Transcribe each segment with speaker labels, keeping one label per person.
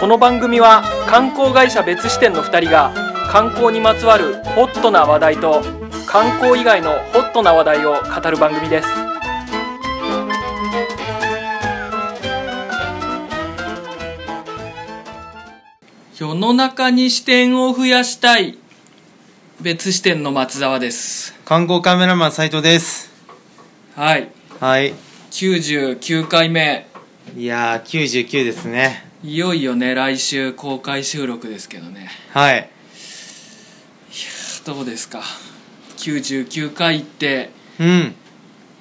Speaker 1: この番組は観光会社別支店の2人が観光にまつわるホットな話題と観光以外のホットな話題を語る番組です世の中に視点を増やしたい別支店の松沢です
Speaker 2: 観光カメラマン斉藤です
Speaker 1: はい
Speaker 2: はい
Speaker 1: 99回目
Speaker 2: いやー99ですね
Speaker 1: いよいよね来週公開収録ですけどね
Speaker 2: はい
Speaker 1: どうですか99回って
Speaker 2: うん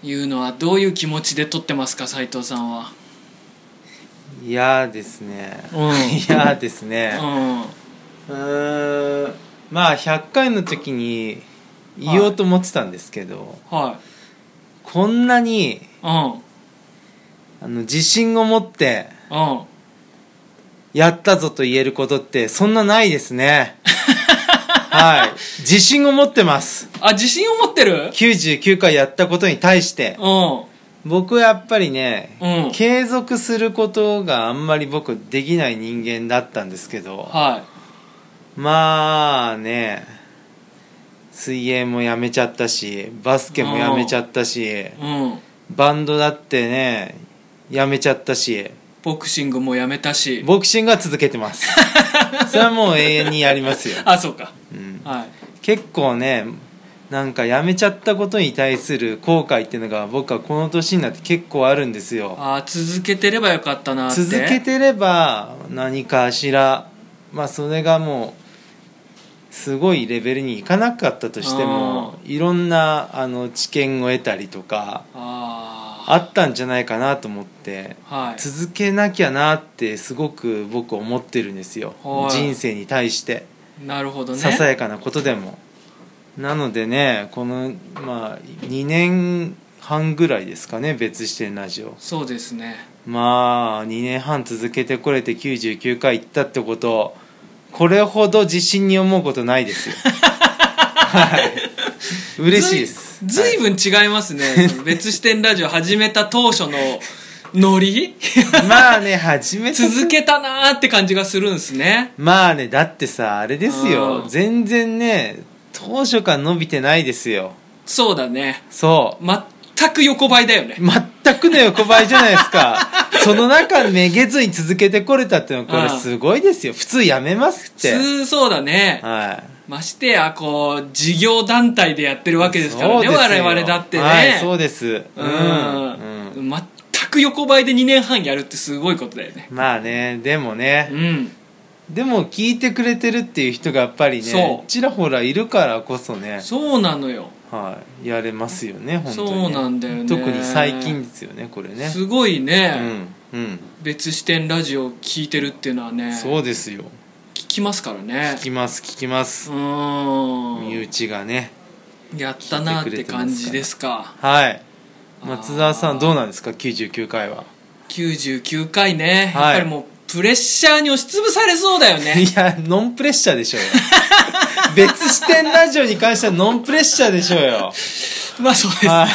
Speaker 1: いうのはどういう気持ちで撮ってますか斉藤さんは、
Speaker 2: いやーですね
Speaker 1: う
Speaker 2: いやーです
Speaker 1: う
Speaker 2: ね
Speaker 1: ん、
Speaker 2: うーんまあ100回の時に言おうと思ってたんですけど、
Speaker 1: は
Speaker 2: こんなに
Speaker 1: いうん
Speaker 2: あの自信を持って
Speaker 1: うん
Speaker 2: やったぞと言えることってそんなないです ねはい自信を持ってます
Speaker 1: あ自信を持ってる
Speaker 2: 99回やったことに対して
Speaker 1: うん
Speaker 2: 僕はやっぱりね、
Speaker 1: うん
Speaker 2: 継続することがあんまり僕できない人間だったんですけど
Speaker 1: は
Speaker 2: まあね水泳もやめちゃったしバスケもやめちゃったし
Speaker 1: いうん
Speaker 2: バンドだってねやめちゃったし
Speaker 1: ボクシングもやめたし
Speaker 2: ボクシングは続けて ますそれはもう永遠にやりますよ、
Speaker 1: あそうか
Speaker 2: うん、
Speaker 1: はい
Speaker 2: 結構ねなんかやめちゃったことに対する後悔っていうのが僕はこの年になって結構あるんですよ
Speaker 1: あ続けてればよかったなって
Speaker 2: 続けてれば何かしらまあそれがもうすごいレベルにいかなかったとしてもいろんなあの知見を得たりとかあ
Speaker 1: あ
Speaker 2: ったんじゃないかなと思って
Speaker 1: あはい
Speaker 2: 続けなきゃなってすごく僕思ってるんですよ
Speaker 1: はい
Speaker 2: 人生に対して
Speaker 1: なるほどね
Speaker 2: ささやかなことでも。なのでねこのまあ2年半ぐらいですかね別視点ラジオ
Speaker 1: そうですね
Speaker 2: まあ2年半続けてこれて99回行ったってことこれほど自信に思うことないですよはい嬉しいです
Speaker 1: ずいぶん違います ね、その別視点ラジオ始めた当初のノリ
Speaker 2: はいまあね初めて
Speaker 1: 続けたなーって感じがするんですね
Speaker 2: まあねだってさあれですよ
Speaker 1: うん
Speaker 2: 全然ね当初から伸びてないですよ
Speaker 1: そうだね
Speaker 2: そう
Speaker 1: 全く横ばいだよね
Speaker 2: 全くの横ばいじゃないですか その中めげずに続けてこれたってのはこれすごいですよ普通やめますっ
Speaker 1: 普
Speaker 2: て
Speaker 1: 通そうだね
Speaker 2: はい
Speaker 1: ましてやこう事業団体でやってるわけですからね
Speaker 2: そうです
Speaker 1: 我
Speaker 2: よ
Speaker 1: 々だってね、
Speaker 2: はいそうですうん、うん
Speaker 1: うん全く横ばいで2年半やるってすごいことだよね
Speaker 2: まあねでも
Speaker 1: う
Speaker 2: ね、
Speaker 1: ん
Speaker 2: でも聞いてくれてるっていう人がやっぱり
Speaker 1: そ
Speaker 2: ね
Speaker 1: う
Speaker 2: ちらほらいるからこそね、
Speaker 1: そうなのよ
Speaker 2: はい、やれますよね本当にね
Speaker 1: そうなんだよね
Speaker 2: 特に最近ですよねこれね
Speaker 1: すごいね、
Speaker 2: うんうん
Speaker 1: 別視点ラジオ聞いてるっていうのはね
Speaker 2: そうですよ
Speaker 1: 聞きますからね
Speaker 2: 聞きます聞きます
Speaker 1: う、ー
Speaker 2: 身
Speaker 1: ん
Speaker 2: 内がね
Speaker 1: やったなって感じですか
Speaker 2: はい松沢さ
Speaker 1: あー
Speaker 2: んどうなんですか99回は、
Speaker 1: 99回ね、
Speaker 2: はい
Speaker 1: やっぱりもうプレッシャーに押しつぶされそうだ よね
Speaker 2: いやノンプレッシャー でしょうよ別視点ラジオに関してはノンプレッシャーでしょうよ
Speaker 1: まあそうです、
Speaker 2: は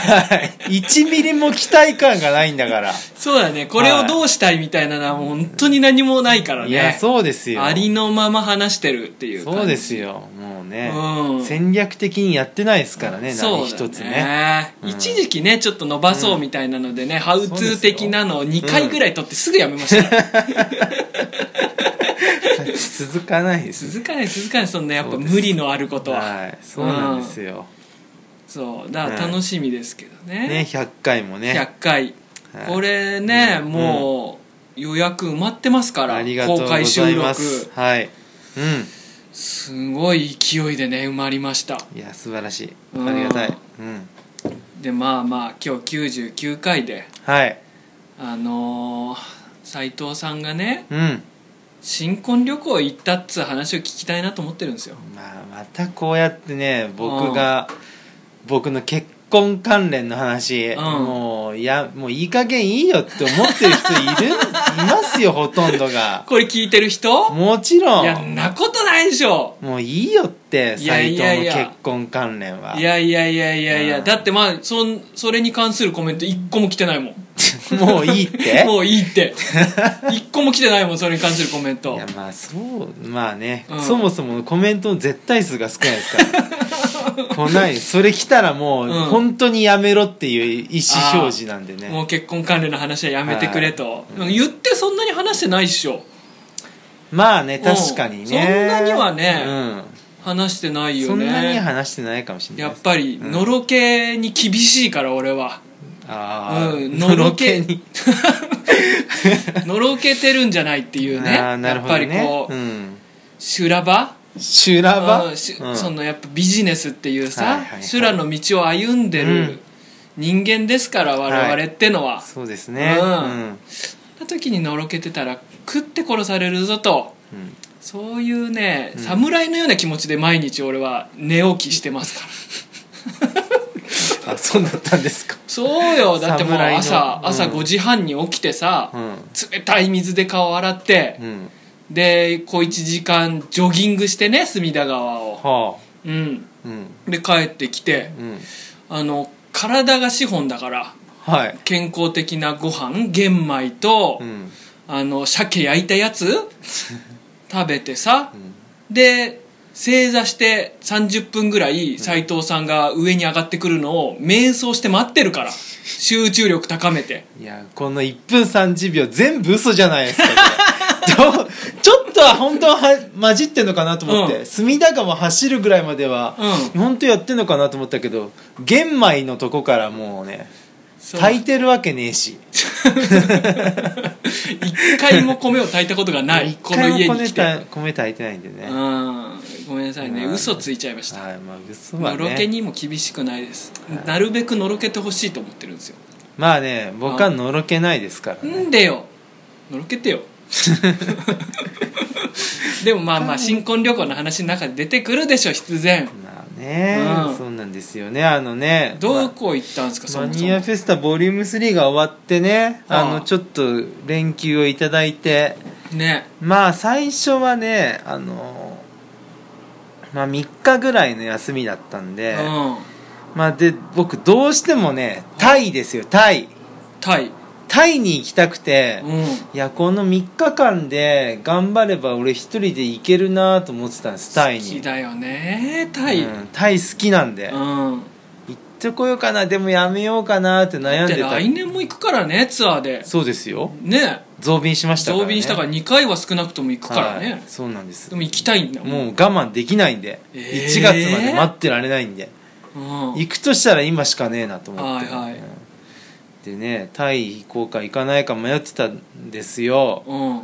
Speaker 2: い1ミリも期待感がないんだから
Speaker 1: そうだねこれをどうしたいみたいなのは本当に何もないからね
Speaker 2: いやそうですよ
Speaker 1: ありのまま話してるっていう感じ
Speaker 2: そうですよもうね、
Speaker 1: うん
Speaker 2: 戦略的にやってないですからね
Speaker 1: そう
Speaker 2: 何
Speaker 1: だ
Speaker 2: 一つね
Speaker 1: ね、
Speaker 2: うん
Speaker 1: 一時期ねちょっと伸ばそうみたいなのでね、ハウツ
Speaker 2: そうで
Speaker 1: ー
Speaker 2: すよ
Speaker 1: 的なのを2回ぐらい撮ってすぐやめました、
Speaker 2: 続かないです
Speaker 1: 続かない続かないそんなやっぱ
Speaker 2: そうです
Speaker 1: 無理のあることは、
Speaker 2: はいそうなんですよ、
Speaker 1: そうだから楽しみですけどね
Speaker 2: ね100回もね
Speaker 1: 100回、
Speaker 2: はい
Speaker 1: これね、
Speaker 2: うん
Speaker 1: もう予約埋まってますから
Speaker 2: ありがとうございます
Speaker 1: 公開収録
Speaker 2: はいうん
Speaker 1: すごい勢いでね埋まりました
Speaker 2: いや素晴らしい
Speaker 1: うん
Speaker 2: ありがたいうん
Speaker 1: でまあまあ今日99回で
Speaker 2: はい
Speaker 1: あの斎藤さんがね
Speaker 2: うん
Speaker 1: 新婚旅行行ったっつう話を聞きたいなと思ってるんですよ
Speaker 2: まあまたこうやってね僕が僕の結婚関連の話、
Speaker 1: うん
Speaker 2: もういやもういい加減いいよって思ってる人いる いますよほとんどが
Speaker 1: これ聞いてる人
Speaker 2: もちろ
Speaker 1: い
Speaker 2: ん
Speaker 1: やんなことないでしょ
Speaker 2: もういいよって
Speaker 1: いや
Speaker 2: 斎
Speaker 1: い
Speaker 2: 藤
Speaker 1: やいや
Speaker 2: の結婚関連はい
Speaker 1: やいやいやいやいや、
Speaker 2: うん
Speaker 1: だってまあそん それに関するコメント一個も来てないもん
Speaker 2: もういいって
Speaker 1: もういいって一個も来てないもんそれに関するコメン
Speaker 2: い
Speaker 1: ト
Speaker 2: やまあそうまあね、
Speaker 1: うん
Speaker 2: そもそものコメントの絶対数が少ないで すから来ないそれ来たらもう、
Speaker 1: うん
Speaker 2: 本当にやめろっていう意思表示なんでね
Speaker 1: もう結婚関連の話はやめてくれと、
Speaker 2: は
Speaker 1: 言ってそんなに話してないっしょ
Speaker 2: まあね確かにね、
Speaker 1: うんそんなにはね話してな
Speaker 2: うん
Speaker 1: い
Speaker 2: そ
Speaker 1: よ
Speaker 2: んなに
Speaker 1: ね
Speaker 2: 話してないかもしれ
Speaker 1: や
Speaker 2: ないで
Speaker 1: っ
Speaker 2: す
Speaker 1: ぱりのろけに厳しいから俺は
Speaker 2: ああ、
Speaker 1: うんのろけ
Speaker 2: のに
Speaker 1: のろけてるんじゃないっていうね
Speaker 2: ああな
Speaker 1: や
Speaker 2: る
Speaker 1: っ
Speaker 2: ほど
Speaker 1: ぱ
Speaker 2: ね
Speaker 1: りこう、
Speaker 2: うん、
Speaker 1: 修羅場
Speaker 2: 修羅場、
Speaker 1: うんし
Speaker 2: うん
Speaker 1: そのやっぱビジネスっていうさ、
Speaker 2: はいはいはい
Speaker 1: 修羅の道を歩んでる人間ですから、我々ってのは、
Speaker 2: そうですね
Speaker 1: う
Speaker 2: うんん、
Speaker 1: そんな時にのろけてたら食って殺されるぞと
Speaker 2: うん
Speaker 1: そういうね侍のような気持ちで毎日俺は寝起きしてますから
Speaker 2: あそうだったんですか
Speaker 1: そう よだってもう
Speaker 2: 侍の
Speaker 1: 朝
Speaker 2: うん
Speaker 1: 朝5時半に起きてさ、
Speaker 2: うん
Speaker 1: 冷たい水で顔洗って
Speaker 2: う、ん
Speaker 1: で小1時間ジョギングしてね隅田川を
Speaker 2: はあ
Speaker 1: うん
Speaker 2: うん
Speaker 1: で帰ってきて
Speaker 2: うん
Speaker 1: あの体が資本だから
Speaker 2: はい
Speaker 1: 健康的なご飯玄米と、
Speaker 2: うん
Speaker 1: あの鮭焼いたやつ 食べてさ
Speaker 2: うん
Speaker 1: で正座して30分ぐらい斎藤さんが上に上がってくるのを瞑想して待ってるから集中力高め て
Speaker 2: いやこの1分30秒全部嘘じゃないですか これどうちょっとは本当は混じってんのかなと思って、
Speaker 1: うん
Speaker 2: 隅田川走るぐらいまでは、
Speaker 1: う
Speaker 2: 本当やってんのかなと思ったけど玄米のとこからもうね
Speaker 1: そう
Speaker 2: 炊いてるわけねえし
Speaker 1: 一回も米を炊いたことがない
Speaker 2: 一
Speaker 1: この
Speaker 2: 回も
Speaker 1: 家
Speaker 2: 米
Speaker 1: に来て
Speaker 2: 炊米炊いてないんでね、
Speaker 1: う
Speaker 2: は
Speaker 1: んごめんなさいね
Speaker 2: うん
Speaker 1: 嘘ついちゃいました
Speaker 2: いまあ嘘は
Speaker 1: のろけ
Speaker 2: ね
Speaker 1: にも厳しくないですなるべくのろけてほしいと思ってるんですよ
Speaker 2: まあね僕はのろけないですからね、
Speaker 1: んでよのろけ てよでもまあまあ新婚旅行の話の中で出てくるでしょ必然
Speaker 2: まあね、
Speaker 1: うん
Speaker 2: そうなんですよねあのねま
Speaker 1: ど
Speaker 2: あ
Speaker 1: こ行ったんですかそ
Speaker 2: マ
Speaker 1: もそ
Speaker 2: ニア
Speaker 1: も
Speaker 2: フェスタボリューム3が終わってねあ
Speaker 1: ああ
Speaker 2: のちょっと連休をいただいて
Speaker 1: ね
Speaker 2: まあ最初はねあのまあ3日ぐらいの休みだったん
Speaker 1: う
Speaker 2: で、
Speaker 1: ん
Speaker 2: まあで僕どうしてもねタイですよタイ
Speaker 1: タイ
Speaker 2: タイに行きたくて、
Speaker 1: うん
Speaker 2: いやこの3日間で頑張れば俺一人で行けるなと思ってたんですタイ
Speaker 1: 好
Speaker 2: に
Speaker 1: きだよねタイう
Speaker 2: うんタイ好きなんで、行
Speaker 1: ん
Speaker 2: ってこようかなでもやめようかなって悩ん
Speaker 1: で
Speaker 2: でた
Speaker 1: 来年も行くからねツアーで
Speaker 2: そうですよ
Speaker 1: ね
Speaker 2: 増便しましたから、ね、
Speaker 1: 増便したから2回は少なくとも行くから
Speaker 2: はい
Speaker 1: ね
Speaker 2: そうなんです
Speaker 1: でも行きたいんだ
Speaker 2: もう我慢できないんで、
Speaker 1: えー
Speaker 2: 1月まで待ってられないんで
Speaker 1: うん
Speaker 2: 行くとしたら今しかねえなと思って、
Speaker 1: はいはい
Speaker 2: うんでねタイ行こうか行かないか迷ってたんですよ
Speaker 1: うん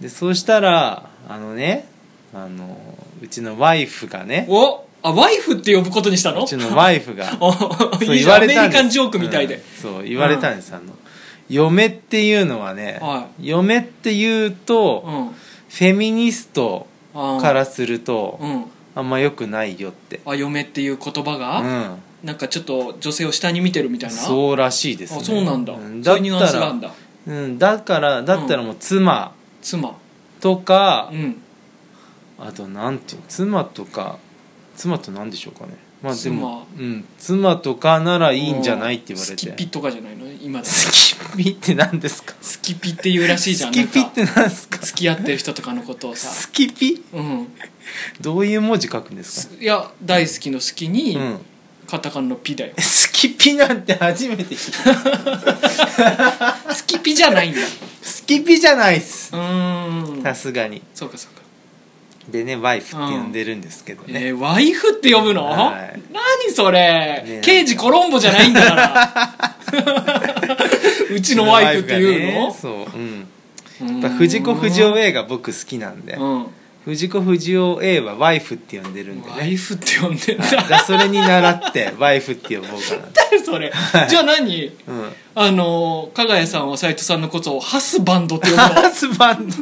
Speaker 2: でそうしたらあのねあのうちのワイフがね
Speaker 1: おあワイフって呼ぶことにしたの
Speaker 2: うちのワイフが
Speaker 1: お
Speaker 2: そう
Speaker 1: いいじゃんアメリ
Speaker 2: んです
Speaker 1: カンジョークみたいで
Speaker 2: うん、そう言われたんです、あの嫁っていうのはね、
Speaker 1: は
Speaker 2: 嫁っていうと、
Speaker 1: う
Speaker 2: フ
Speaker 1: ん
Speaker 2: ェミニスト
Speaker 1: あー
Speaker 2: からすると、
Speaker 1: うん
Speaker 2: あんま良くないよって
Speaker 1: あ嫁っていう言葉
Speaker 2: う
Speaker 1: が、
Speaker 2: ん
Speaker 1: なんかちょっと女性を下に見てるみたいなう
Speaker 2: そうらしいで
Speaker 1: あ
Speaker 2: すね
Speaker 1: そうなんだ、
Speaker 2: だ
Speaker 1: そう
Speaker 2: っ
Speaker 1: いうニュアンス
Speaker 2: た
Speaker 1: がある
Speaker 2: ら
Speaker 1: んだ
Speaker 2: うんだからだったらもう妻
Speaker 1: 妻
Speaker 2: とか
Speaker 1: う、ん
Speaker 2: あとなんていうの妻とか妻となんでしょうかねまあでも妻,、うん、妻とかならいいんじゃないって言われて
Speaker 1: スキピとかじゃないの今だス
Speaker 2: スキピって何ですかス
Speaker 1: キピって言うらしいじゃん
Speaker 2: キピっ
Speaker 1: なんか
Speaker 2: て何ですか
Speaker 1: 付き合ってる人とかのことをさ
Speaker 2: スキピ
Speaker 1: うん
Speaker 2: どういう文字書くんですか
Speaker 1: いや大好きの好きに、
Speaker 2: うん
Speaker 1: カタカナのピだよ
Speaker 2: スキピなんて初めて聞いた
Speaker 1: 好きピじゃないんだう
Speaker 2: スキピじゃないっす
Speaker 1: ーん
Speaker 2: さすがに
Speaker 1: そうかそうか
Speaker 2: でねワイフって呼んでるんですけどね、
Speaker 1: えー、ワイフって呼ぶの、
Speaker 2: はい
Speaker 1: 何それ、
Speaker 2: ねえ
Speaker 1: 刑事コロンボじゃないんだから うちのワイフっていうの、
Speaker 2: うちのワイフがねそう、うん、
Speaker 1: や
Speaker 2: やっぱ藤子不二雄 A が僕好きなんで
Speaker 1: うん、
Speaker 2: 藤子不二雄 A はワイフって呼んでるんで
Speaker 1: ワ
Speaker 2: ね
Speaker 1: イフって呼んでんだ
Speaker 2: はいだからそれに 習ってワイフって呼ぼうかなって
Speaker 1: 誰それじゃあ何
Speaker 2: うん
Speaker 1: あの加賀谷さんは斎藤さんのことをハスバンドって呼ぶの
Speaker 2: ハスバンド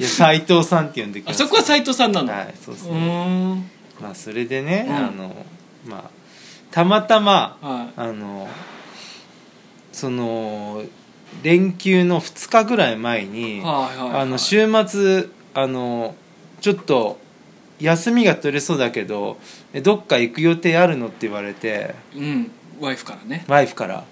Speaker 2: いや斎藤さんって呼んでく
Speaker 1: あ
Speaker 2: だ
Speaker 1: そこは斎藤さんなの、
Speaker 2: はいそうそう
Speaker 1: うーん
Speaker 2: まあそれでね、
Speaker 1: うん
Speaker 2: あのまあたまたま、
Speaker 1: はい
Speaker 2: あのその連休の2日ぐらい前に、
Speaker 1: はいはいはい
Speaker 2: あの週末あのちょっと休みが取れそうだけどえどっか行く予定あるのって言われて
Speaker 1: うんワイフからね
Speaker 2: ワイフから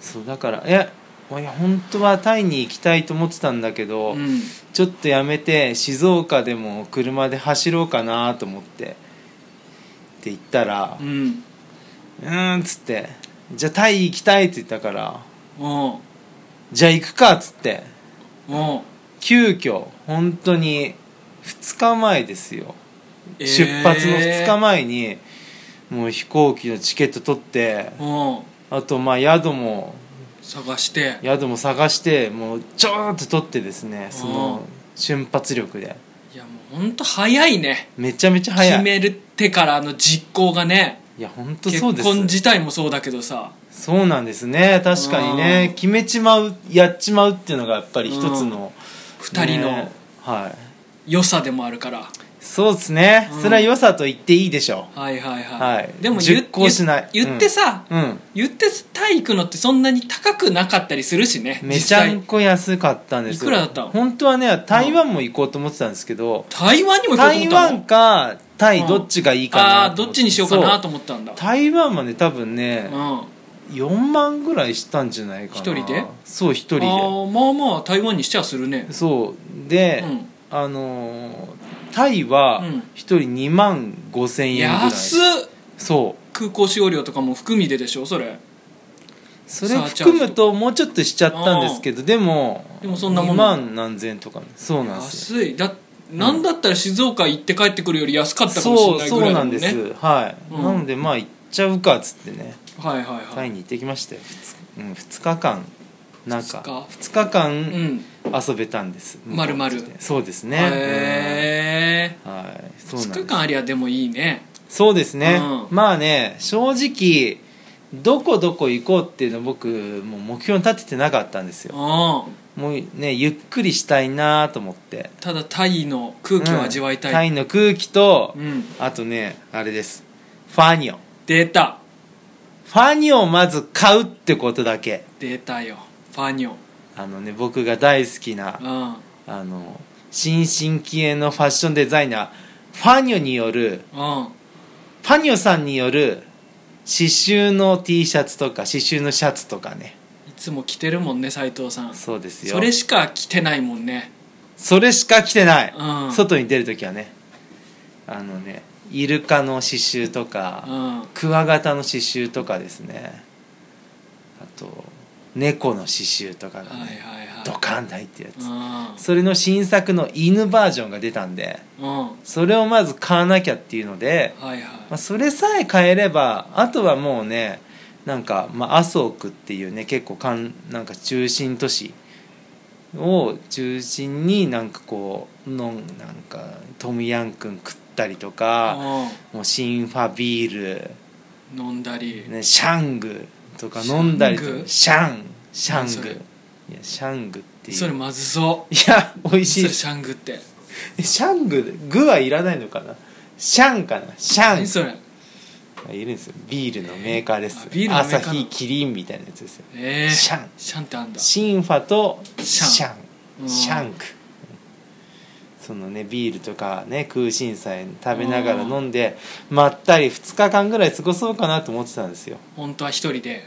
Speaker 2: そうだから「えまあいや本当はタイに行きたいと思ってたんだけど、
Speaker 1: うん
Speaker 2: ちょっとやめて静岡でも車で走ろうかなと思ってって言ったら
Speaker 1: う、ん
Speaker 2: うーんっつってじゃあタイ行きたいって言ったから
Speaker 1: うん
Speaker 2: じゃあ行くかっつって
Speaker 1: うん
Speaker 2: 急遽本当に2日前ですよ、
Speaker 1: えー
Speaker 2: 出発の2日前にもう飛行機のチケット取って
Speaker 1: うん
Speaker 2: あとまあ宿も
Speaker 1: 探して
Speaker 2: 宿も探してもうちょーっと取ってですねその瞬発力で
Speaker 1: いやもうほんと早いね
Speaker 2: めちゃめちゃ早
Speaker 1: 決
Speaker 2: い
Speaker 1: めるってからの実行がね
Speaker 2: いや本当
Speaker 1: 結
Speaker 2: そうです
Speaker 1: 婚自体もそうだけどさ
Speaker 2: そうなんですね確かに
Speaker 1: うん
Speaker 2: ね決めちまうやっちまうっていうのがやっぱり一つの、
Speaker 1: 二人の
Speaker 2: ねはい
Speaker 1: 良さでもあるから
Speaker 2: そうですね、
Speaker 1: うん
Speaker 2: それは良さと言っていいでしょ
Speaker 1: はいはいはい、
Speaker 2: はい
Speaker 1: でも言
Speaker 2: 実行しない
Speaker 1: 言言ってさ、
Speaker 2: ううん
Speaker 1: 言って体育のってそんなに高くなかったりするしね
Speaker 2: めちゃん
Speaker 1: 実際
Speaker 2: こ安かったんですよ
Speaker 1: いくらだったの
Speaker 2: 本当はね台湾も行こうと思ってたんですけど、
Speaker 1: 台湾にも行こうと思
Speaker 2: 台
Speaker 1: ったの
Speaker 2: 湾かタイ
Speaker 1: うん
Speaker 2: どっちがいいか
Speaker 1: あ
Speaker 2: な
Speaker 1: あー
Speaker 2: と
Speaker 1: ど
Speaker 2: 思
Speaker 1: ってちにしようかな
Speaker 2: そ
Speaker 1: と思ったんだ
Speaker 2: 台湾はね多分
Speaker 1: う
Speaker 2: ね
Speaker 1: ん、あ
Speaker 2: 4万ぐらいしたんじゃないかな
Speaker 1: 一人で
Speaker 2: そう一人で
Speaker 1: ーまあまあ台湾にしちゃするね
Speaker 2: そうで、
Speaker 1: うん
Speaker 2: あのータイは
Speaker 1: うん
Speaker 2: 一人2万5千円ぐらい、
Speaker 1: 安っ
Speaker 2: そう
Speaker 1: 空港使用料とかも含みででしょそれ
Speaker 2: それ含むともうちょっとしちゃったんですけどでも
Speaker 1: でもそんなもん
Speaker 2: 2万何千円とかねそうなんですよ
Speaker 1: 安いだなんだったら静岡行って帰ってくるより安かったかもし
Speaker 2: そ
Speaker 1: れ
Speaker 2: う
Speaker 1: ないぐ
Speaker 2: そ
Speaker 1: ら
Speaker 2: う
Speaker 1: いだ
Speaker 2: な
Speaker 1: もん
Speaker 2: ん
Speaker 1: ね
Speaker 2: です、はい、
Speaker 1: うん
Speaker 2: なのでまあ行っちゃうかっつってね
Speaker 1: はいはいは
Speaker 2: タ
Speaker 1: い
Speaker 2: イに行ってきましたよ 2,、うん、二日間なんか2日
Speaker 1: う
Speaker 2: 間
Speaker 1: ん
Speaker 2: 遊べたんです、
Speaker 1: うん丸々
Speaker 2: そうですね
Speaker 1: へえ
Speaker 2: うんはいそうなん
Speaker 1: 2
Speaker 2: です
Speaker 1: 日間ありゃでもいいね
Speaker 2: そうですね、
Speaker 1: うん
Speaker 2: まあね正直どこどこ行こうっていうの僕もう目標に立ててなかったんですよ
Speaker 1: うん
Speaker 2: もうねゆっくりしたいなと思って
Speaker 1: ただタイの空気を味わい
Speaker 2: うんタ
Speaker 1: たい、
Speaker 2: イの空気と、
Speaker 1: うん
Speaker 2: あとねあれですファニオフ
Speaker 1: 出た
Speaker 2: ァニオをまず買うってことだけ
Speaker 1: 出たよファニョ、
Speaker 2: あのね僕が大好きな
Speaker 1: うん、
Speaker 2: あの新進気鋭のファッションデザイナーファニオによる
Speaker 1: うん
Speaker 2: ファニオさんによる刺繍の T シャツとか刺繍のシャツとかね
Speaker 1: いつも着てるもんね斉藤さんそ
Speaker 2: そうですよ
Speaker 1: れしか着てないもんね
Speaker 2: それしか着てない、
Speaker 1: うん
Speaker 2: 外に出る時はねあのねイルカの刺繍とか、
Speaker 1: うん
Speaker 2: クワガタの刺繍とかですねあと猫の刺繍とかがね、
Speaker 1: はいはいはい
Speaker 2: ドカンと入ってるやつ、
Speaker 1: う
Speaker 2: それの新作の犬バージョンが出たんで
Speaker 1: んうん
Speaker 2: それをまず買わなきゃっていうので、
Speaker 1: はいはい
Speaker 2: まあ、それさえ買えればあとはもうねなんか、まあ、麻生区っていうね結構かんなんか中心都市を中心になんかこうのんなんかトムヤンくん食ったりとかもうシンファビール
Speaker 1: うん飲んだり
Speaker 2: ね、シャングとか飲んだりとかシャンシャ
Speaker 1: 何
Speaker 2: ン
Speaker 1: そ
Speaker 2: グ
Speaker 1: れ
Speaker 2: いやシャングっていう
Speaker 1: それまずそう
Speaker 2: いや美味し
Speaker 1: それ
Speaker 2: い
Speaker 1: シャングって
Speaker 2: えシャングで具はいらないのかなシャンかなシャ
Speaker 1: 何
Speaker 2: ン
Speaker 1: それ
Speaker 2: あいるんですよビールのメーカーです
Speaker 1: あビールのメーカー
Speaker 2: 朝
Speaker 1: なの
Speaker 2: 日キリンみたいなやつですよ
Speaker 1: えー、
Speaker 2: シャン
Speaker 1: シャンってあんだ
Speaker 2: シンファと
Speaker 1: シャン
Speaker 2: シャ
Speaker 1: う
Speaker 2: ン
Speaker 1: ん
Speaker 2: シャンクそのねビールとかね空心菜食べながら飲んでまったり2日間ぐらい過ごそうかなと思ってたんですよ
Speaker 1: 本当は一人で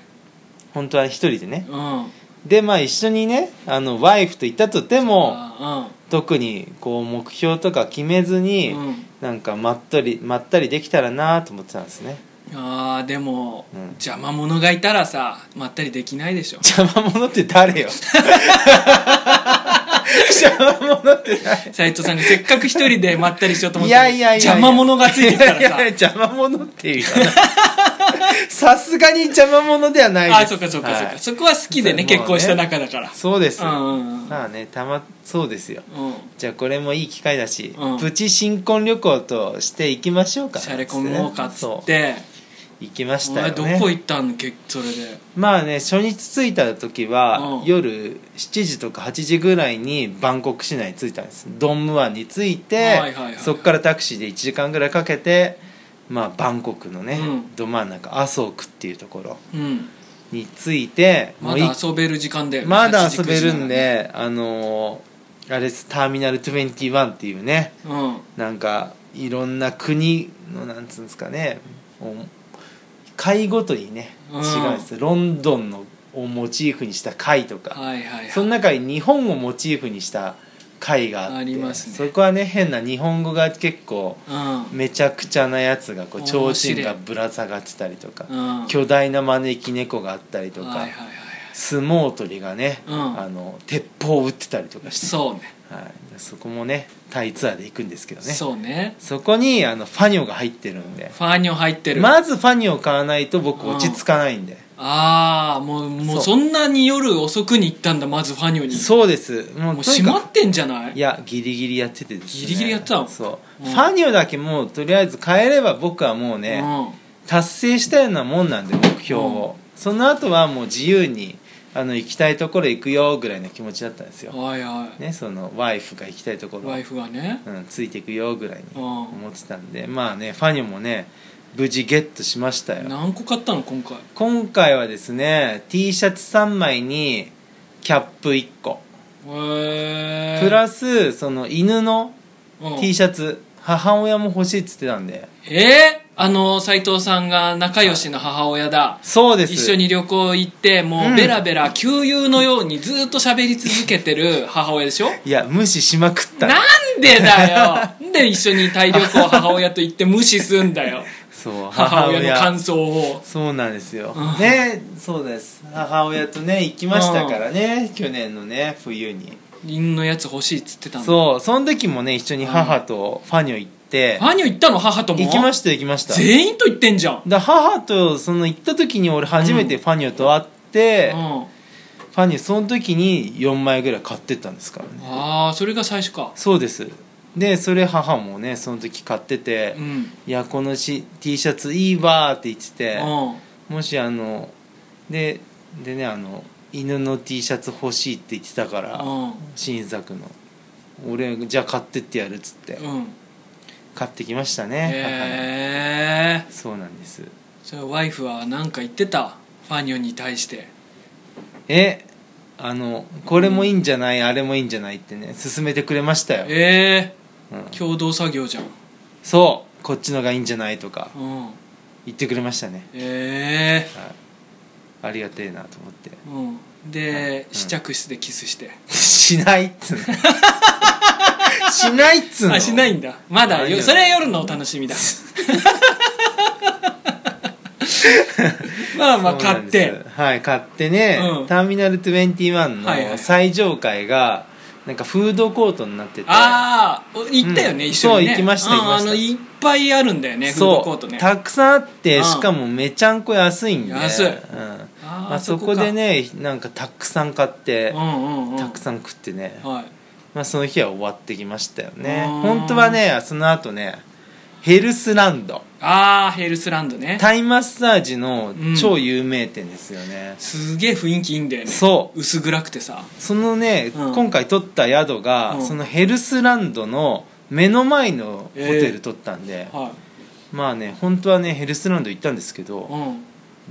Speaker 2: 本当は一人でね
Speaker 1: うん
Speaker 2: でまあ一緒にねあのワイフと行ったとても
Speaker 1: あ
Speaker 2: 特にこう目標とか決めず
Speaker 1: う
Speaker 2: に、
Speaker 1: ん、うん、
Speaker 2: なんかまったりまったりできたらなと思ってたんですね
Speaker 1: あーでも、
Speaker 2: うん
Speaker 1: 邪魔者がいたらさまったりできないで しょ
Speaker 2: 邪魔者って誰よ邪魔者って誰
Speaker 1: 斉藤さんがせっかく一人でまったりしようと思っ
Speaker 2: い
Speaker 1: た
Speaker 2: や
Speaker 1: ら
Speaker 2: いやいやい
Speaker 1: 邪
Speaker 2: や
Speaker 1: 魔者がついてきた
Speaker 2: いや
Speaker 1: ら
Speaker 2: い
Speaker 1: さ
Speaker 2: や邪魔者っていうかな さすがに邪魔者ではないです
Speaker 1: あそっかそっかそっか、
Speaker 2: はい
Speaker 1: そこは好きでね
Speaker 2: そう
Speaker 1: 結婚した仲だから
Speaker 2: そうです、
Speaker 1: うんうんうん
Speaker 2: まあねたまそうですよ
Speaker 1: うん
Speaker 2: じゃあこれもいい機会だし、
Speaker 1: うん
Speaker 2: プチ新婚旅行としていきましょうか
Speaker 1: しゃれ込もうかっつって
Speaker 2: 行きまし
Speaker 1: お
Speaker 2: たよ
Speaker 1: 前
Speaker 2: ね
Speaker 1: どこ行ったんけそれで
Speaker 2: まあね初日着いた時は、
Speaker 1: うん
Speaker 2: 夜7時とか8時ぐらいにバンコク市内に着いたんですドンムアンに着いて、
Speaker 1: はいはいはい
Speaker 2: そこからタクシーで1時間ぐらいかけて、まあ、バンコクのね、
Speaker 1: うん
Speaker 2: ど真ん中麻生区っていうところ
Speaker 1: うん
Speaker 2: に着いて
Speaker 1: ま
Speaker 2: もう
Speaker 1: だ
Speaker 2: い
Speaker 1: 遊べる時間で
Speaker 2: まだ遊べるん、で、あのーあれですターミナル21っていうね
Speaker 1: うん、
Speaker 2: なんかいろんな国のなんつうんですかねお会ごとにね
Speaker 1: うん
Speaker 2: 違うんですロンドンのをモチーフにした貝とか、
Speaker 1: はいはい
Speaker 2: そ
Speaker 1: は
Speaker 2: の中に日本をモチーフにした貝があって
Speaker 1: ありますね
Speaker 2: そこはね変な日本語が結構
Speaker 1: い
Speaker 2: めちゃくちゃなやつがこう
Speaker 1: 面
Speaker 2: 提
Speaker 1: 白い
Speaker 2: 灯がぶら下がってたりとか、
Speaker 1: うんうん
Speaker 2: 巨大な招き猫があったりとか、
Speaker 1: はいはいはいはい
Speaker 2: 相撲取りがね、
Speaker 1: うん
Speaker 2: あの鉄砲を撃ってたりとかして
Speaker 1: そうね
Speaker 2: はい、そこもねタイツアーで行くんですけどねそ
Speaker 1: そうね
Speaker 2: こにあのファニョが入ってるんで
Speaker 1: ファーニョ入ってる、
Speaker 2: まずファニョを買わないと僕落ち着かないんで、
Speaker 1: ああもうもう
Speaker 2: そ
Speaker 1: そんなに夜遅くに行ったんだまずファーニョに
Speaker 2: そうですもう
Speaker 1: もう
Speaker 2: とに
Speaker 1: 閉
Speaker 2: かく
Speaker 1: まってんじゃない
Speaker 2: いやギリギリやっててです
Speaker 1: ギ
Speaker 2: ね
Speaker 1: リギリやってたの
Speaker 2: そう、
Speaker 1: うん
Speaker 2: ファニョだけもうとりあえず変えれば僕はもうね、達成したようなもんなんで目標を、その後はもう自由にあの行きたいところ行くよぐらいの気持ちだったんです
Speaker 1: う
Speaker 2: よ、
Speaker 1: んはいはい
Speaker 2: ねそのワイフが行きたいところ
Speaker 1: ワイフがね
Speaker 2: うん、ついていくよぐらいに
Speaker 1: うん
Speaker 2: 思ってたんでまあねファニョもね無事ゲットしましたよ
Speaker 1: 何個買ったの今回
Speaker 2: 今回はですね T シャツ3枚にキャップ1個
Speaker 1: へえ
Speaker 2: プラスその犬の T
Speaker 1: シャツ
Speaker 2: シャツ、母親も欲しいっつってたんで
Speaker 1: えー、あの斎藤さんが仲良しの母親だ
Speaker 2: そうです
Speaker 1: 一緒に旅行行っても
Speaker 2: うん
Speaker 1: うベラベラ旧友のようにずっと喋り続けてる母親でしょ
Speaker 2: いや無視しまくった
Speaker 1: なんでだよなんで一緒にタイ旅行母親と行って無視すんだ よ
Speaker 2: そう
Speaker 1: 母親の感想を
Speaker 2: そうなんですよ
Speaker 1: うん
Speaker 2: ねそうです母親とね行きましたからね去年のね冬に
Speaker 1: 犬のやつ欲しいっつってたの
Speaker 2: そうその時もね一緒に母とファニョ行って
Speaker 1: ファニョ行ったの母とも
Speaker 2: 行きました行きました
Speaker 1: 全員と行ってんじゃん、
Speaker 2: だ母とその行った時に俺初めてファニョと会って、フ
Speaker 1: うん、
Speaker 2: ァニョその時に4枚ぐらい買ってったんですからね
Speaker 1: ああそれが最初か
Speaker 2: そうですでそれ母もねその時買ってて「
Speaker 1: うん、う
Speaker 2: い
Speaker 1: ん、
Speaker 2: やこのし T シャツいいわ」って言ってて、もしあのででねあの犬の T シャツ欲しいって言ってたから、
Speaker 1: う
Speaker 2: 新作の俺じゃあ買ってってやるっつって、
Speaker 1: んうん
Speaker 2: 買ってきましたね、
Speaker 1: へえ
Speaker 2: 母がそうなんです
Speaker 1: それワイフは何か言ってたファニョに対して
Speaker 2: えあのこれもいいんじゃない、あれもいいんじゃないってね勧めてくれましたよ、
Speaker 1: ええ
Speaker 2: うん
Speaker 1: 共同作業じゃん
Speaker 2: そうこっちのがいいんじゃないとか
Speaker 1: うん
Speaker 2: 言ってくれましたね、
Speaker 1: ええ
Speaker 2: はい、ありがてえなと思って
Speaker 1: うん
Speaker 2: はい
Speaker 1: で、
Speaker 2: うん
Speaker 1: 試着室でキスして
Speaker 2: しないっ つうのしないっつうの
Speaker 1: あしないんだまだ
Speaker 2: ないよ
Speaker 1: よそれは夜のお楽しみ だまあまあ
Speaker 2: そうな
Speaker 1: 買
Speaker 2: ん
Speaker 1: っ
Speaker 2: です
Speaker 1: て
Speaker 2: はい買ってね、
Speaker 1: うん
Speaker 2: ターミナル
Speaker 1: はい
Speaker 2: 21
Speaker 1: は
Speaker 2: の
Speaker 1: い
Speaker 2: 最上階がなんかフードコートになってて
Speaker 1: ああ行ったよね、
Speaker 2: うん
Speaker 1: 一緒に、ね、
Speaker 2: そう行きました
Speaker 1: うん
Speaker 2: 行きました
Speaker 1: あのいっぱいあるんだよねフードコー
Speaker 2: そ
Speaker 1: ト
Speaker 2: う、
Speaker 1: ね
Speaker 2: たくさんあって、
Speaker 1: うん
Speaker 2: しかもめちゃんこ安いんで
Speaker 1: 安い
Speaker 2: うん
Speaker 1: あー
Speaker 2: まあ、そこ
Speaker 1: か
Speaker 2: でねなんかたくさん買って
Speaker 1: う、んうんうん
Speaker 2: たくさん食ってね、
Speaker 1: はい
Speaker 2: まあ、その日は終わってきましたよね
Speaker 1: うん
Speaker 2: 本当はねその後ねヘルスランド
Speaker 1: ああヘルスランドね
Speaker 2: タイマッサージの
Speaker 1: うん
Speaker 2: 超有名店ですよね、
Speaker 1: すげえ雰囲気いいんだよね
Speaker 2: そう
Speaker 1: 薄暗くてさ
Speaker 2: そのね、
Speaker 1: うん
Speaker 2: 今回取った宿が、
Speaker 1: うん
Speaker 2: そのヘルスランドの目の前のホテル取ったんで、
Speaker 1: は
Speaker 2: まあね本当はねヘルスランド行ったんですけど、
Speaker 1: いうん
Speaker 2: も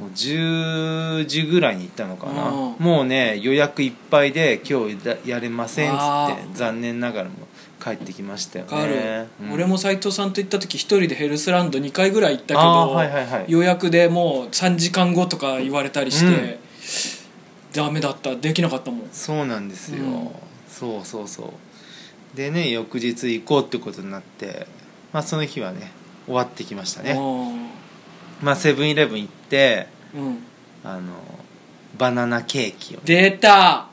Speaker 2: う10時ぐらいに行ったのかな、
Speaker 1: うん
Speaker 2: もうね予約いっぱいで今日だやれませんっつ
Speaker 1: あ
Speaker 2: って残念ながらも帰ってきましたよ
Speaker 1: わかる、
Speaker 2: ね、うん
Speaker 1: 俺も斎藤さんと行った時一人でヘルスランド2回ぐらい行ったけど、
Speaker 2: あーはいはいはい
Speaker 1: 予約でもう3時間後とか言われたりして、
Speaker 2: うん
Speaker 1: ダメだったできなかったもん
Speaker 2: そうなんですよ、
Speaker 1: うん
Speaker 2: そうそうそうでね翌日行こうってことになってまあその日はね終わってきましたねまあセブンイレブン行って
Speaker 1: うんうん
Speaker 2: あのバナナケーキをね
Speaker 1: 出た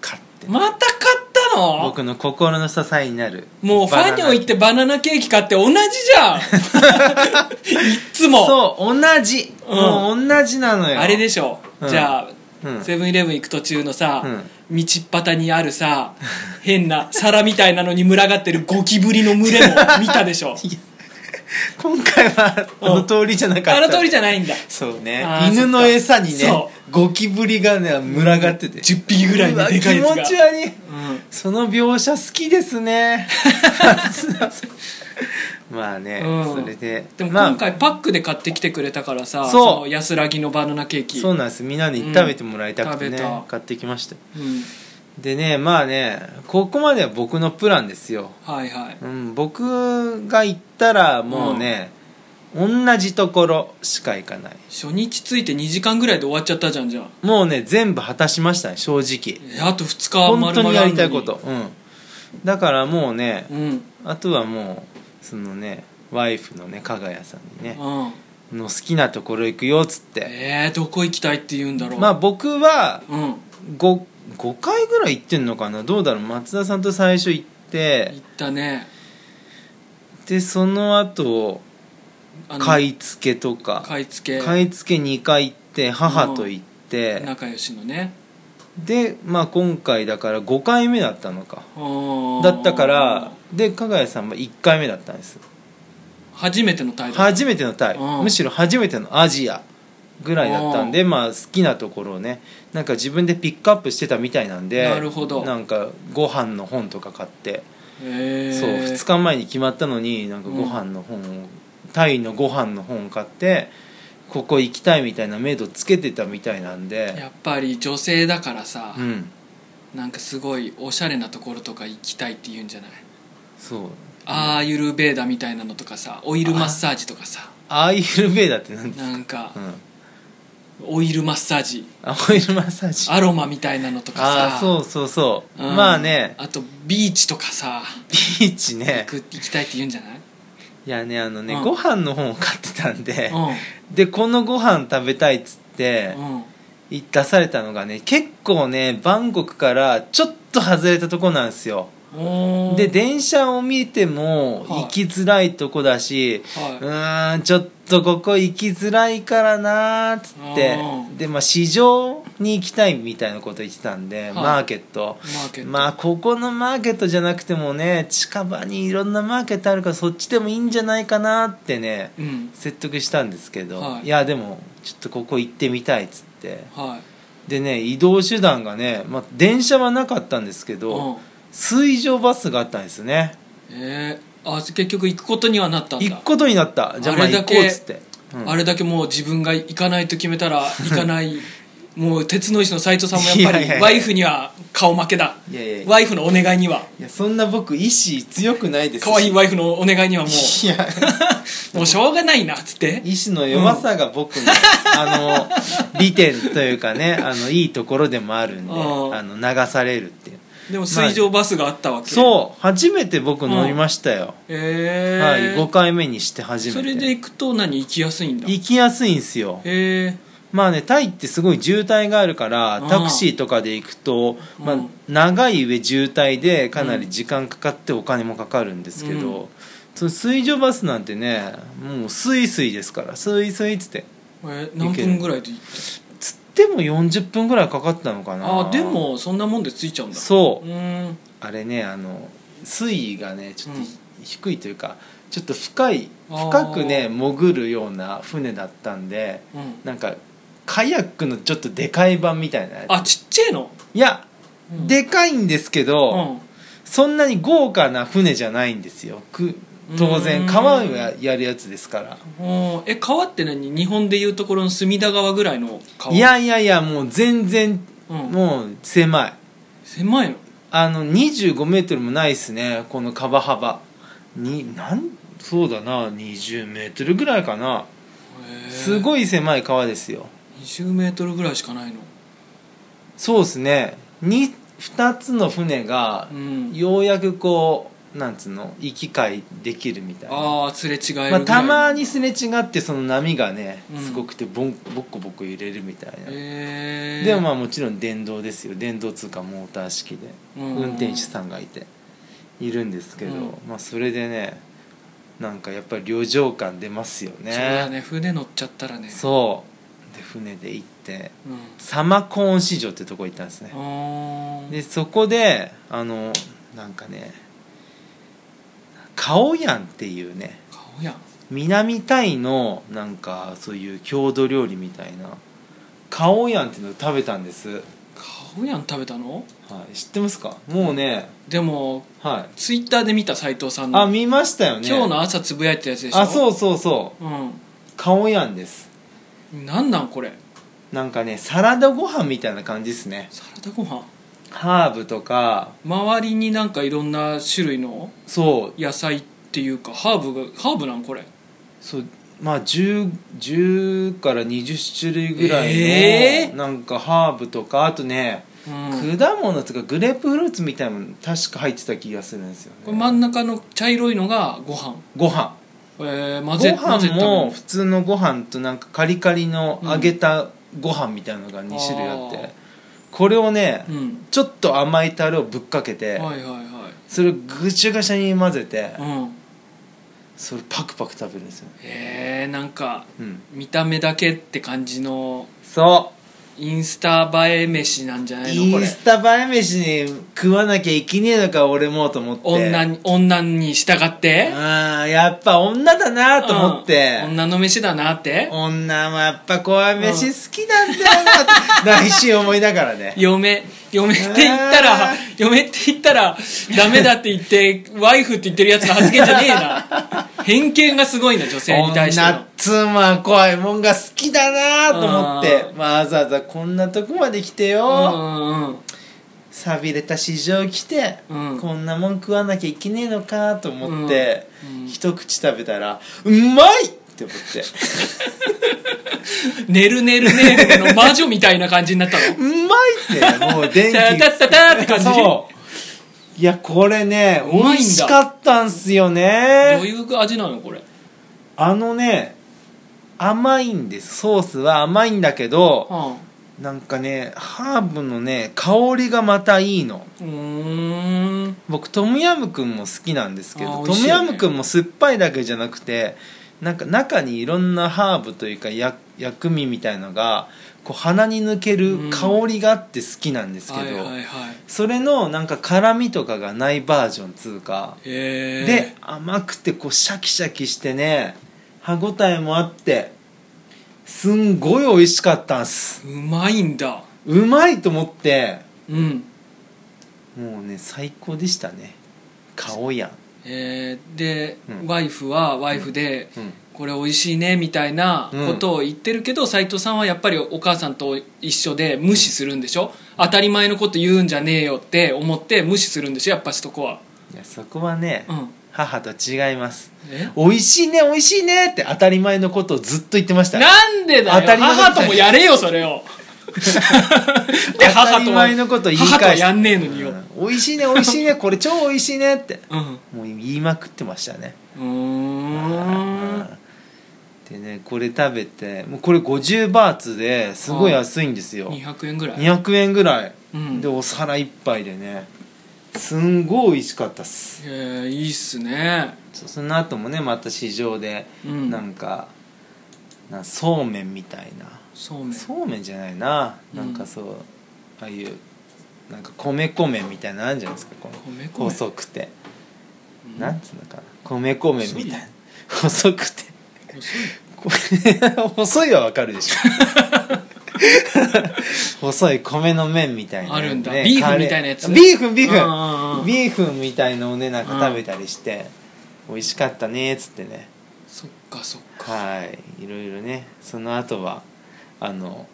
Speaker 2: 買って、
Speaker 1: また買ったの
Speaker 2: 僕の心の支えになる
Speaker 1: もうファニョ行ってバナナケーキ買って同じじ ゃんいっつも
Speaker 2: そう同じ、
Speaker 1: うん
Speaker 2: もう同じなのよ
Speaker 1: あれでしょ、
Speaker 2: うん
Speaker 1: じゃあ、
Speaker 2: うん
Speaker 1: セブンイレブン行く途中のさ、
Speaker 2: うん
Speaker 1: 道っ端にあるさ変な皿みたいなのに群がってるゴキブリの群 れも見たでしょ
Speaker 2: 今回は
Speaker 1: うん
Speaker 2: あの通りじゃなかった
Speaker 1: あの通りじゃないんだ
Speaker 2: そうね
Speaker 1: あー
Speaker 2: 犬の餌にね
Speaker 1: そ
Speaker 2: ゴキブリがね群がってて
Speaker 1: 10匹ぐらいのでかいやつが
Speaker 2: うわ気持ち悪い
Speaker 1: うん
Speaker 2: その描写好きですね まあね、
Speaker 1: うん
Speaker 2: それで
Speaker 1: でも
Speaker 2: まあ
Speaker 1: 今回パックで買ってきてくれたからさ、
Speaker 2: そう
Speaker 1: の安らぎのバナナケーキ
Speaker 2: そうなんですみんなに食べてもらいたくて
Speaker 1: う
Speaker 2: ね、
Speaker 1: ん食べた
Speaker 2: 買ってきました
Speaker 1: うん
Speaker 2: でねまあねここまでは僕のプランですよ
Speaker 1: はいはい
Speaker 2: うん、僕が行ったらもうね、同じところしか行かない
Speaker 1: 初日ついて2時間ぐらいで終わっちゃったじゃんじゃあ
Speaker 2: もうね全部果たしましたね正直
Speaker 1: えあと2日
Speaker 2: 本
Speaker 1: 丸
Speaker 2: 当
Speaker 1: 々
Speaker 2: に
Speaker 1: あ
Speaker 2: や
Speaker 1: るの
Speaker 2: りたいこと、うん、だからもうね、
Speaker 1: うんうん
Speaker 2: あとはもうそのねワイフのね加賀谷さんにねの好きなところ行くよっつって
Speaker 1: えー、どこ行きたいって言うんだろう
Speaker 2: まあ僕は
Speaker 1: うん行
Speaker 2: 5, 5回ぐらい行ってんのかなどうだろう松田さんと最初行って
Speaker 1: ったね
Speaker 2: でその後
Speaker 1: あ
Speaker 2: 買い付けとか
Speaker 1: 買い付け
Speaker 2: 買い付け2回行って母と行って
Speaker 1: 仲良しのね
Speaker 2: でまあ今回だから5回目だったのかだ
Speaker 1: だ
Speaker 2: ったからで加賀谷さんは1回目だったんです
Speaker 1: 初めての態度
Speaker 2: 初めてのタイ
Speaker 1: うん
Speaker 2: むしろ初めてのアジアぐらいだったんでまあ好きなところをねなんか自分でピックアップしてたみたいなんで
Speaker 1: なるほど
Speaker 2: なんかご飯の本とか買って
Speaker 1: へー
Speaker 2: そう2日前に決まったのになんかご飯の本を、タイのご飯の本を買ってここ行きたいみたいなメイドつけてたみたいなんで
Speaker 1: やっぱり女性だからさ、
Speaker 2: うん
Speaker 1: なんかすごいおしゃれなところとか行きたいって言うんじゃない、
Speaker 2: そう
Speaker 1: アーユルベーダみたいなのとかさオイルマッサージとかさ
Speaker 2: アーユルベーダって何ですか
Speaker 1: なんか
Speaker 2: うん、
Speaker 1: オイルマッサージ
Speaker 2: あオイルマッサージ
Speaker 1: アロマみたいなのとかさ
Speaker 2: ああそうそうそう、
Speaker 1: うん
Speaker 2: まあね
Speaker 1: あとビーチとかさ
Speaker 2: ビーチ
Speaker 1: 行
Speaker 2: ね
Speaker 1: く行きたいって言うんじゃない、
Speaker 2: いやねあのね、
Speaker 1: うん
Speaker 2: ご飯の本を買ってたんで、
Speaker 1: う
Speaker 2: でこのご飯食べたいっつって
Speaker 1: んうん、
Speaker 2: い出されたのがね結構ねバンコクからちょっと外れたとこなんですよ
Speaker 1: おー
Speaker 2: で電車を見ても
Speaker 1: はい
Speaker 2: 行きづらいとこだし、
Speaker 1: はいう
Speaker 2: ーんちょっとここ行きづらいからなーっつって
Speaker 1: うん
Speaker 2: でまあ市場に行きたいみたいなこと言ってたんで、
Speaker 1: い
Speaker 2: マーケット
Speaker 1: マーケット、
Speaker 2: まあここのマーケットじゃなくてもね近場にいろんなマーケットあるからそっちでもいいんじゃないかなってね
Speaker 1: うん
Speaker 2: 説得したんですけど、
Speaker 1: はい
Speaker 2: いやでもちょっとここ行ってみたいっつって
Speaker 1: はい
Speaker 2: でね移動手段がね、まあ、電車はなかったんですけど、
Speaker 1: うん
Speaker 2: 水上バスがあったんですね
Speaker 1: えー、あ結局行くことにはなったんだ
Speaker 2: 行くことになったじゃあまあ
Speaker 1: あれ
Speaker 2: 行
Speaker 1: だ
Speaker 2: こ
Speaker 1: け
Speaker 2: うっつって、うん
Speaker 1: あれだけもう自分が行かないと決めたら行かない もう鉄の石の斎藤さんもやっぱ
Speaker 2: いやいやい
Speaker 1: り
Speaker 2: や
Speaker 1: ワイフには顔負けだ
Speaker 2: いやいやいや
Speaker 1: ワイフのお願いにはい
Speaker 2: やそんな僕意志強くないですし
Speaker 1: 可愛いワイフのお願いにはも
Speaker 2: いや
Speaker 1: うもうしょうがないなっつって
Speaker 2: 意志の弱さが僕の、 あの利点というかねあのいいところでもあるんで
Speaker 1: うん
Speaker 2: あの流されるっていう
Speaker 1: でも水上バスがあったわけ、
Speaker 2: そう初めて僕乗りましたよ、
Speaker 1: へえ
Speaker 2: はい、5回目にして初めて
Speaker 1: それで行くと何行きやすいんだへ
Speaker 2: 行きやすいんすよ
Speaker 1: え
Speaker 2: まあねタイってすごい渋滞があるから
Speaker 1: うん
Speaker 2: タクシーとかで行くと、まあ
Speaker 1: うん、
Speaker 2: 長い上渋滞でかなり時間かかってお金もかかるんですけど、
Speaker 1: う
Speaker 2: その水上バスなんてねもうスイスイですからスイスイっつって
Speaker 1: えー何分ぐらいで行っ
Speaker 2: つっても40分ぐらいかかったのか
Speaker 1: た
Speaker 2: な
Speaker 1: あでもそんなもんで着いちゃうんだ
Speaker 2: そう
Speaker 1: うーん
Speaker 2: あれねあの水位がねちょっと
Speaker 1: うん
Speaker 2: 低いというか、ちょっと深い
Speaker 1: あー
Speaker 2: 深くね潜るような船だったんで
Speaker 1: うん
Speaker 2: なんかカヤックのちょっとでかい版みたいなや
Speaker 1: あちっちゃいの
Speaker 2: ついや、
Speaker 1: うん
Speaker 2: でかいんですけ
Speaker 1: う
Speaker 2: ど、
Speaker 1: ん
Speaker 2: そんなに豪華な船じゃないんですよく当
Speaker 1: うーん
Speaker 2: 然川をややるやつですから
Speaker 1: おーえ川って何日本でいうところの隅田川ぐらいの川
Speaker 2: い、やいやいやもう全然、
Speaker 1: うん
Speaker 2: もう狭い
Speaker 1: 狭いの
Speaker 2: あの25メートルもないですねこの川幅になんそうだな20メートルぐらいかなす
Speaker 1: い
Speaker 2: ごい狭い川ですよ
Speaker 1: 2 0ルぐらいしかないの
Speaker 2: そうですね 2, 二つの船が
Speaker 1: うん
Speaker 2: ようやくこうなんつうの行き来できるみたいな
Speaker 1: ああすれ違えるぐらい、
Speaker 2: まあ、たまにすれ違ってその波がね
Speaker 1: うん
Speaker 2: すごくてボンボッコボコ揺れるみたいな、
Speaker 1: えー、
Speaker 2: でもまあもちろん電動ですよ電動通貨モーター式で
Speaker 1: うん
Speaker 2: 運転手さんがいているんですけど、
Speaker 1: うん
Speaker 2: まあそれでねなんかやっぱり旅情感出ますよね
Speaker 1: そうだね船乗っちゃったらね
Speaker 2: そうで船で行って
Speaker 1: う、うん、
Speaker 2: サマコーン市場ってとこ行ったんですね
Speaker 1: あー
Speaker 2: でそこであのなんかねカオヤンっていうね
Speaker 1: 顔やん
Speaker 2: 南タイのなんかそういう郷土料理みたいなカオヤンっていうのを食べたんです、
Speaker 1: 顔やん食べたの
Speaker 2: はい、知ってますかもうね
Speaker 1: でも
Speaker 2: はい
Speaker 1: ツイッターで見た斎藤さんの
Speaker 2: あ見ましたよね
Speaker 1: 今日の朝つぶやいてたやつでしょ
Speaker 2: あそううそうそう
Speaker 1: う
Speaker 2: カオヤンです
Speaker 1: んなんなんこれ
Speaker 2: なんかねサラダご飯みたいな感じですね
Speaker 1: サラダご飯
Speaker 2: ハーブとか
Speaker 1: 周りになんかいろんな種類の
Speaker 2: そう
Speaker 1: 野菜っていうかハーブがハーブなんこれ
Speaker 2: そうまあ、10, 10から20種類ぐらいの、
Speaker 1: えー
Speaker 2: なんかハーブとかあとね、
Speaker 1: うん
Speaker 2: 果物とかグレープフルーツみたいなの確か入ってた気がするんですよ
Speaker 1: これ
Speaker 2: ね
Speaker 1: 真ん中の茶色いのがご飯
Speaker 2: ご飯
Speaker 1: えー、
Speaker 2: ご
Speaker 1: 混ぜ混ぜ
Speaker 2: 飯
Speaker 1: たの
Speaker 2: も普通のご飯となんかカリカリの揚げたご飯みたいなのが2種類あって、
Speaker 1: あー
Speaker 2: これをね、
Speaker 1: うん
Speaker 2: ちょっと甘いタレをぶっかけて、
Speaker 1: はいはいは
Speaker 2: それをぐちゃぐちゃに混ぜて、
Speaker 1: いうん
Speaker 2: それパクパク食べるんですよ、
Speaker 1: えー、なんか
Speaker 2: うん、
Speaker 1: 見た目だけって感じの
Speaker 2: そう
Speaker 1: インスタ映え飯なんじゃないの
Speaker 2: イ
Speaker 1: こ
Speaker 2: ン
Speaker 1: れ
Speaker 2: スタ映え飯に食わなきゃいけねえのか俺もと思って
Speaker 1: 女に女に従って
Speaker 2: あーやっぱ女だなと思って、
Speaker 1: うん女の飯だなって
Speaker 2: 女もやっぱこういう飯好きなんだよなって 内心思いながらね
Speaker 1: 嫁嫁って言ったら
Speaker 2: え
Speaker 1: 嫁って言ったらダメだって言って ワイフって言ってるやつの発言じゃねえな偏見がすごいな女性に対しての
Speaker 2: 女妻怖いもんが好きだなと思って
Speaker 1: う
Speaker 2: まあ、わざわざこんなとこまで来て
Speaker 1: う
Speaker 2: よ、
Speaker 1: んうん
Speaker 2: さびれた市場来て、
Speaker 1: うん
Speaker 2: こんなもん食わなきゃいけねえのかと思って、
Speaker 1: うんうん
Speaker 2: 一口食べたらうまいって思って
Speaker 1: うんねるねるねるの魔女みたいな感じになったの
Speaker 2: うまいってもう 電気
Speaker 1: タタタタって感じ
Speaker 2: そういやこれね
Speaker 1: うまいんだ
Speaker 2: 美味しかったんすよ
Speaker 1: どう
Speaker 2: ね
Speaker 1: いう味なのこれ
Speaker 2: あのね甘いんですソースは甘いんだけど
Speaker 1: は
Speaker 2: なんかねハーブのね香りがまたいいの
Speaker 1: あうーん
Speaker 2: 僕トムヤムクンも好きなんですけ
Speaker 1: あ
Speaker 2: ど、
Speaker 1: ー美
Speaker 2: ト
Speaker 1: 味し
Speaker 2: ム
Speaker 1: いよ
Speaker 2: ヤ
Speaker 1: ね
Speaker 2: ムクンも酸っぱいだけじゃなくてなんか中にいろんなハーブというかや薬味みたいのがこう鼻に抜ける香りがあって好きなんですけど、
Speaker 1: はいはいはい
Speaker 2: それのなんか辛みとかがないバージョンつうか、
Speaker 1: へえ
Speaker 2: で甘くてこうシャキシャキしてね歯ごたえもあってすんごい美味しかったんす
Speaker 1: うまいんだ
Speaker 2: うまいと思って
Speaker 1: うん
Speaker 2: もうね最高でしたね顔やん、
Speaker 1: えーで、
Speaker 2: うん
Speaker 1: ワイフはワイフで、
Speaker 2: うん
Speaker 1: これ美味しいねみたいなことを言ってるけど斎、斉藤さんはやっぱりお母さんと一緒で無視するんでしょ、当たり前のこと言うんじゃねえよって思って無視するんでしょやっぱしそこは、
Speaker 2: いやそこはね、
Speaker 1: うん、
Speaker 2: 母と違います
Speaker 1: え
Speaker 2: 美味しいね美味しいねって当たり前のことをずっと言ってました
Speaker 1: なんでだ
Speaker 2: 当た
Speaker 1: よ
Speaker 2: り前みたい
Speaker 1: 母ともやれよそれをで
Speaker 2: 当た
Speaker 1: 母
Speaker 2: り
Speaker 1: と
Speaker 2: 前のこと言い返
Speaker 1: 母
Speaker 2: して
Speaker 1: とはやんねえのによ、うん
Speaker 2: うん美味しいね美味しい ねこれ超美味しいねってもう言いまくってましたね
Speaker 1: うーん
Speaker 2: でねこれ食べてもうこれ50バーツですごい安いんですよ
Speaker 1: 200円ぐらい
Speaker 2: 200円ぐらい、
Speaker 1: うん
Speaker 2: でお皿一杯でねすんごい美味しかったっす
Speaker 1: えー、いいっすね
Speaker 2: そその後もねまた市場で、
Speaker 1: うん
Speaker 2: なんかなんそうめんみたいな
Speaker 1: そうめん
Speaker 2: そうめんじゃないな
Speaker 1: うん
Speaker 2: なんかそう、ああいうなんか米米みたいなのあるんじゃないですかこの
Speaker 1: 米米
Speaker 2: 細く
Speaker 1: う
Speaker 2: て、
Speaker 1: ん
Speaker 2: なんつうのかな米米みたいな
Speaker 1: 細い
Speaker 2: 細くて
Speaker 1: 細い
Speaker 2: これ細いはわかるでし ょ細い米の麺みたいな、
Speaker 1: あるんだビーフ
Speaker 2: カレ
Speaker 1: みたいなやつ
Speaker 2: ビーフビー
Speaker 1: うんうんう
Speaker 2: フ
Speaker 1: ん
Speaker 2: ビーフみたいのをねなんか食べたりして、美味しかったねっつってね
Speaker 1: そっかそっか
Speaker 2: はいいろいろねその後はあの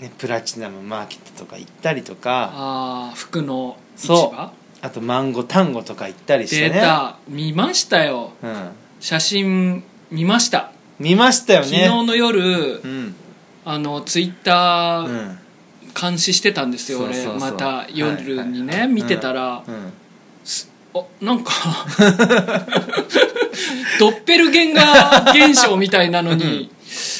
Speaker 2: ねプラチナムマーケットとか行ったりとか
Speaker 1: ああ服の市
Speaker 2: そう
Speaker 1: 場
Speaker 2: あとマンゴタンゴとか行ったりして
Speaker 1: 出
Speaker 2: ね
Speaker 1: た見ましたよ
Speaker 2: うん、
Speaker 1: 写真見ました
Speaker 2: 見ましたよ
Speaker 1: 昨日
Speaker 2: ね
Speaker 1: の夜
Speaker 2: うん
Speaker 1: あのツイッタ
Speaker 2: う
Speaker 1: ー
Speaker 2: ん
Speaker 1: 監視してたんですよ
Speaker 2: そうそ
Speaker 1: 俺
Speaker 2: うそう
Speaker 1: ま
Speaker 2: は
Speaker 1: た
Speaker 2: い
Speaker 1: 夜に
Speaker 2: はいは
Speaker 1: ね
Speaker 2: い
Speaker 1: 見てたら
Speaker 2: うん
Speaker 1: あなんかドッペルゲンガー現象みたいなのに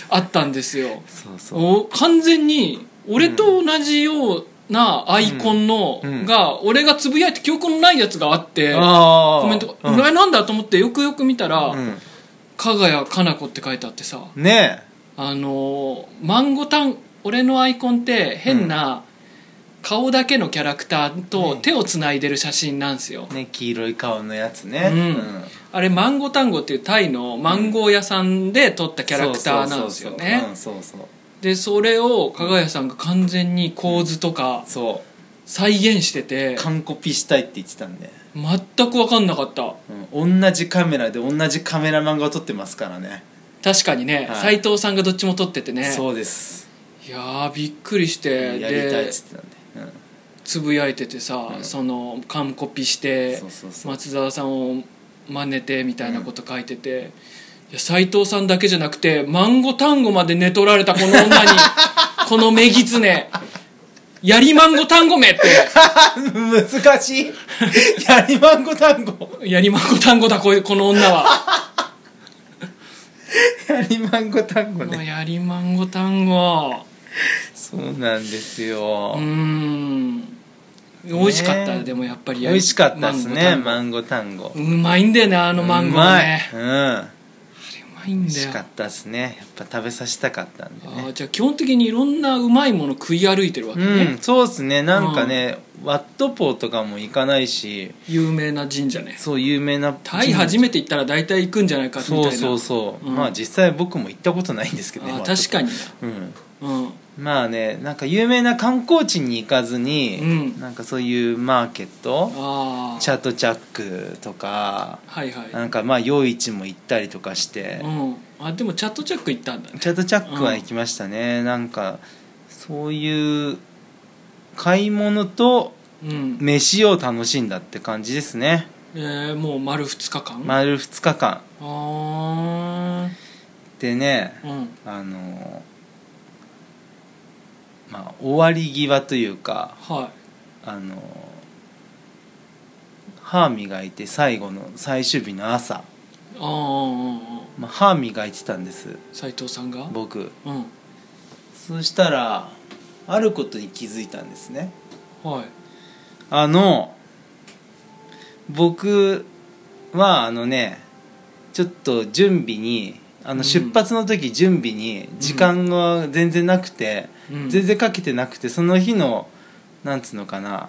Speaker 1: あったんですよ
Speaker 2: そうそう
Speaker 1: お完全に俺と同じようなアイコンの
Speaker 2: うんうん
Speaker 1: が俺がつぶやいて記憶のないやつがあって
Speaker 2: あー
Speaker 1: コメント
Speaker 2: うん
Speaker 1: が「えなんだ?」と思ってよくよく見たら
Speaker 2: うん
Speaker 1: 「加賀谷かな子」って書いてあってさ
Speaker 2: ね
Speaker 1: あのーマンゴタン俺のアイコンって変な顔だけのキャラクターと
Speaker 2: ね
Speaker 1: 手をつないでる写真なんですよ
Speaker 2: えね黄色い顔のやつね
Speaker 1: うんあれマンゴタンゴっていうタイのマンゴー屋さんで撮ったキャラクターなんですよね
Speaker 2: そうそうそううん
Speaker 1: でそれを加賀谷さんが完全に構図とか、
Speaker 2: そうそうそう
Speaker 1: 再現してて
Speaker 2: 完コピしたいって言ってたんで
Speaker 1: 全く分かんなかった
Speaker 2: うん同じカメラで同じカメラマンが撮ってますからね
Speaker 1: 確かにね
Speaker 2: はい
Speaker 1: 斎、藤さんがどっちも撮っててね
Speaker 2: そうです
Speaker 1: いやーびっくりして
Speaker 2: やりたいっ
Speaker 1: で
Speaker 2: つってたんで、うん
Speaker 1: つぶやいててさ、
Speaker 2: うん
Speaker 1: その完コピして
Speaker 2: そうそうそう
Speaker 1: 松沢さんを真似てみたいなこと書いてて、いや斉藤さんだけじゃなくてマンゴ単語まで寝取られたこの 女にこの目狐やりマンゴ単語めって
Speaker 2: 難し いやりまんこ単語
Speaker 1: やりマンゴ単語だこいこの女は
Speaker 2: やりまんこ単語
Speaker 1: もう
Speaker 2: ね
Speaker 1: やりマンゴ単語
Speaker 2: そうなんです
Speaker 1: う
Speaker 2: よ
Speaker 1: ーん美味しかった、
Speaker 2: ね
Speaker 1: でもやっぱり
Speaker 2: 美味しかったですね
Speaker 1: マ
Speaker 2: マ
Speaker 1: ン
Speaker 2: ンゴ単語
Speaker 1: ゴ単語うまいんだよねあのマンゴーね
Speaker 2: うまいう
Speaker 1: う
Speaker 2: ん
Speaker 1: まいん
Speaker 2: 美味
Speaker 1: だ
Speaker 2: し
Speaker 1: よ
Speaker 2: かったですねやっぱ食べさせたかったんで
Speaker 1: あ
Speaker 2: ね
Speaker 1: ーじゃあ基本的にいろんなうまいもの食い歩いてるわけね、
Speaker 2: うんそうですねなんかね、ワットポーとかも行かないし
Speaker 1: 有名な神社ね
Speaker 2: そう有名な
Speaker 1: タイ初めて行ったら大体行くんじゃないかみたいな
Speaker 2: そうそうそう、
Speaker 1: うん
Speaker 2: まあ実際僕も行ったことないんですけどね
Speaker 1: あー
Speaker 2: ワットポ
Speaker 1: 確かに
Speaker 2: うん
Speaker 1: なうん
Speaker 2: まあねなんか有名な観光地に行かずに、
Speaker 1: うん
Speaker 2: なんかそういうマーケット
Speaker 1: ああ
Speaker 2: チャットチャックとか
Speaker 1: はいはい
Speaker 2: なんかまあ夜市も行ったりとかして、
Speaker 1: うん、あでもチャットチャック行ったんだね
Speaker 2: チャットチャックは行きましたね、なんかそういう買い物と
Speaker 1: うん
Speaker 2: 飯を楽しんだって感じですね
Speaker 1: えー、もう丸2日間、あ
Speaker 2: 丸2日間
Speaker 1: あ
Speaker 2: でね
Speaker 1: ーうん
Speaker 2: あのまあ終わり際というか
Speaker 1: は
Speaker 2: あの歯磨いて最後の最終日の朝、
Speaker 1: いああ
Speaker 2: まあ、歯磨いてたんです
Speaker 1: 斎藤さんが
Speaker 2: 僕
Speaker 1: うん
Speaker 2: そしたらあることに気づいたんですね
Speaker 1: はい
Speaker 2: あの僕はあのねちょっと準備にあ
Speaker 1: う
Speaker 2: の
Speaker 1: ん
Speaker 2: 出発の時準備に時間が全然なくて、
Speaker 1: うん
Speaker 2: 全然かけてなくてその日のなんつうのかな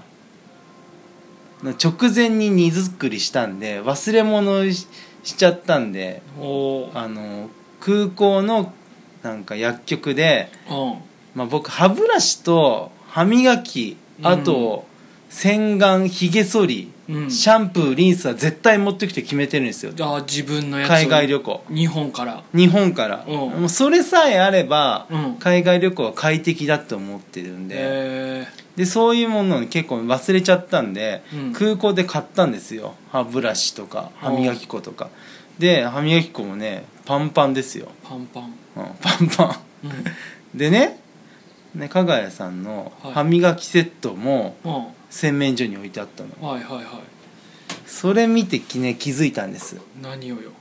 Speaker 2: の直前に荷造りしたんで忘れ物ししちゃったんで
Speaker 1: おー
Speaker 2: あの空港のなんか薬局で、
Speaker 1: うん
Speaker 2: まあ、僕歯ブラシと歯磨きあと洗顔ひげ剃り、
Speaker 1: うん
Speaker 2: シャンプーリンスは絶対持ってきて決めてるんですよ
Speaker 1: じゃあ自分のやつを
Speaker 2: 海外旅行
Speaker 1: 日本から
Speaker 2: 日本から、
Speaker 1: うん
Speaker 2: もうそれさえあれば、
Speaker 1: うん
Speaker 2: 海外旅行は快適だと思ってるんで、
Speaker 1: え
Speaker 2: でそういうものに結構忘れちゃったんで、
Speaker 1: うん
Speaker 2: 空港で買ったんですよ歯ブラシとか歯磨き粉とかで歯磨き粉もねパンパンですよ、
Speaker 1: ー、パンパン
Speaker 2: うん、パンパン
Speaker 1: う ん
Speaker 2: でねね加賀谷さんの
Speaker 1: はい
Speaker 2: 歯磨きセットも
Speaker 1: うん
Speaker 2: 洗面所に置いてあったの、
Speaker 1: はいはいはい
Speaker 2: それ見てき、ね、気づいたんです
Speaker 1: 何をよ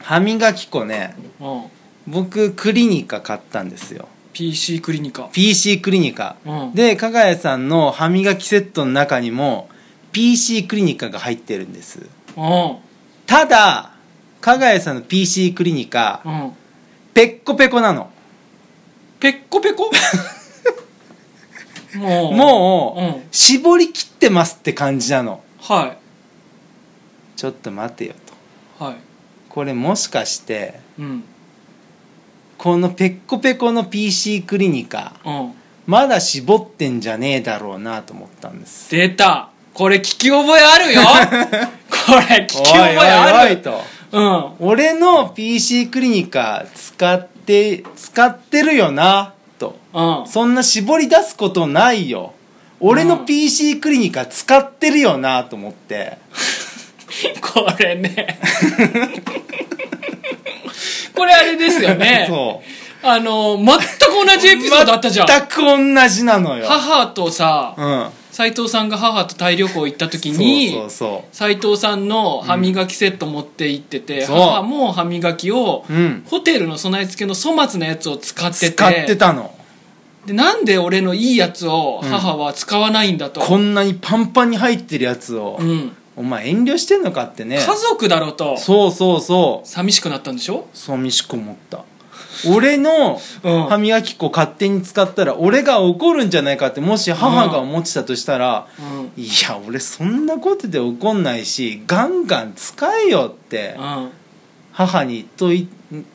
Speaker 2: 歯磨き粉ね
Speaker 1: うん
Speaker 2: 僕クリニカ買ったんですよ
Speaker 1: PC クリニカ
Speaker 2: PC クリニカ
Speaker 1: うん
Speaker 2: で加賀谷さんの歯磨きセットの中にも PC クリニカが入ってるんです
Speaker 1: うん
Speaker 2: ただ加賀谷さんの PC クリニカ
Speaker 1: うん
Speaker 2: ペッコペコなの
Speaker 1: ペッコペ コもう
Speaker 2: もう、
Speaker 1: うん
Speaker 2: 絞り切ってますって感じなの
Speaker 1: は
Speaker 2: ちょっと待てよと
Speaker 1: いはい
Speaker 2: これもしかして
Speaker 1: うん
Speaker 2: このペッコペコの PC クリニカ
Speaker 1: うん
Speaker 2: まだ絞ってんじゃねえだろうなと思ったんです
Speaker 1: 出たこれ聞き覚えあ るよこれ聞き覚えある
Speaker 2: おいおいおいと
Speaker 1: うん
Speaker 2: 俺の PC クリニカ使って使ってるよなと
Speaker 1: うん
Speaker 2: そんな絞り出すことないよ俺
Speaker 1: う
Speaker 2: の
Speaker 1: ん
Speaker 2: PC クリニカ使ってるよなと思って
Speaker 1: これ ねこれあれですよね
Speaker 2: そう
Speaker 1: あの全く同じエピソードあったじゃん
Speaker 2: 全く同じなのよ
Speaker 1: 母とさ
Speaker 2: うん
Speaker 1: 斎藤さんが母とタイ旅行行った時に
Speaker 2: そうそうそ
Speaker 1: 斉藤さんの歯磨きセット持って行ってて、
Speaker 2: うんそう
Speaker 1: 母も歯磨きを、
Speaker 2: うん
Speaker 1: ホテルの備え付けの粗末なやつを使っ
Speaker 2: う
Speaker 1: てて
Speaker 2: 使ってたの
Speaker 1: でなんで俺のいいやつを母は使わないんだと、
Speaker 2: こんなにパンパンに入ってるやつを、
Speaker 1: うん
Speaker 2: お前遠慮してんのかってね
Speaker 1: 家族だろうと
Speaker 2: そうそうそう
Speaker 1: 寂しくなったんでしょ
Speaker 2: 寂しく思った俺の
Speaker 1: うん
Speaker 2: 歯磨き粉勝手に使ったら俺が怒るんじゃないかってもし母が思ってたとしたら、
Speaker 1: うん、うん、
Speaker 2: いや俺そんなことで怒んないしガンガン使えよって母にとい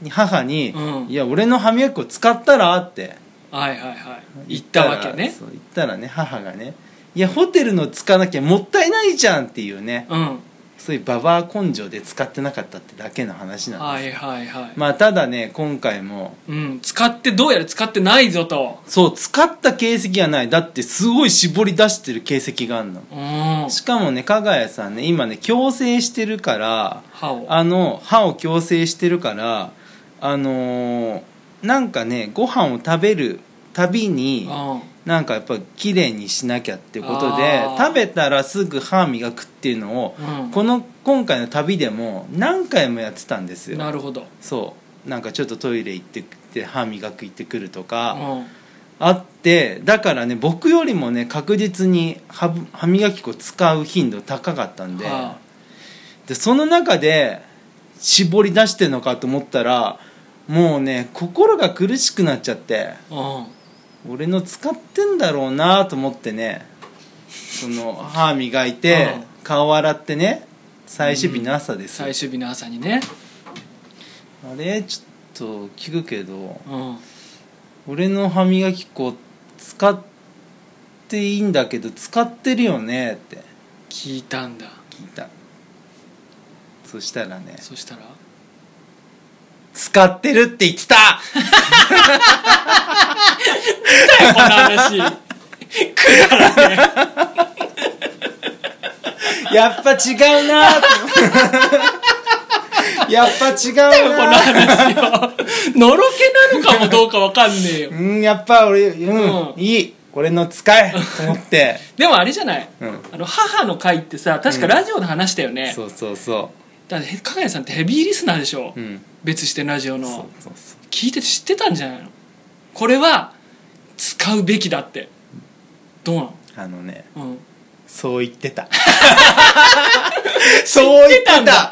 Speaker 2: 母に、
Speaker 1: うん
Speaker 2: いや俺の歯磨き粉使ったらって
Speaker 1: はいはいはい行ったわけ
Speaker 2: 言
Speaker 1: ね
Speaker 2: そう言ったらね母がねいやホテルの使わなきゃもったいないじゃんっていうね
Speaker 1: うん
Speaker 2: そういうババア根性で使ってなかったってだけの話なん
Speaker 1: は
Speaker 2: です、
Speaker 1: いはいはい、
Speaker 2: まあただね今回も
Speaker 1: うん、使ってどうやら使ってないぞと
Speaker 2: そう使った形跡がないだってすごい絞り出してる形跡があるの
Speaker 1: うん歯
Speaker 2: しかもね加賀谷さんね今ね矯正してるから
Speaker 1: を
Speaker 2: あの歯を矯正してるからあのーなんかねご飯を食べるたびに
Speaker 1: うん
Speaker 2: なんかやっぱ綺麗にしなきゃってことで
Speaker 1: あー
Speaker 2: 食べたらすぐ歯磨くっていうのを
Speaker 1: うん
Speaker 2: この今回の旅でも何回もやってたんです
Speaker 1: な
Speaker 2: よ
Speaker 1: るほど、
Speaker 2: そうなんかちょっとトイレ行ってきて歯磨く行ってくると
Speaker 1: う
Speaker 2: か、
Speaker 1: ん、
Speaker 2: あってだからね僕よりもね確実に歯ぶ歯磨き粉使う頻度高かったんで,、
Speaker 1: はあ
Speaker 2: でその中で絞り出してんのかと思ったらもうね心が苦しくなっちゃって
Speaker 1: うん
Speaker 2: 俺の使ってんだろうなと思ってねその歯磨いて
Speaker 1: うん
Speaker 2: 顔洗ってね最終日の朝ですよ、
Speaker 1: 最終日の朝にね、
Speaker 2: あれちょっと聞くけど
Speaker 1: うん、
Speaker 2: 俺の歯磨き粉使っていいんだけど使ってるよねって
Speaker 1: 聞いたんだ
Speaker 2: 聞いたそしたらね
Speaker 1: そしたら
Speaker 2: 「使ってるって言ってた!
Speaker 1: この話 くだらねえ」
Speaker 2: やっぱ違う なってやっぱ違う
Speaker 1: この
Speaker 2: な
Speaker 1: 話はのろけなのかもどうかわかんねえよ
Speaker 2: うんやっぱ俺うん、
Speaker 1: うん
Speaker 2: いい俺の使えと思って、
Speaker 1: でもあれじゃない
Speaker 2: うん、
Speaker 1: あの母の会ってさ確かラジオで話したよね、
Speaker 2: そうそうそ
Speaker 1: だって加賀谷さんってヘビーリスナーでしょ、
Speaker 2: ううん
Speaker 1: 別してラジオ
Speaker 2: そう
Speaker 1: の
Speaker 2: そうそう
Speaker 1: 聞いてて知ってたんじゃないのこれは使うべきだってどうなの
Speaker 2: あのね
Speaker 1: うん、
Speaker 2: そう言って たそう言って
Speaker 1: たんだ
Speaker 2: た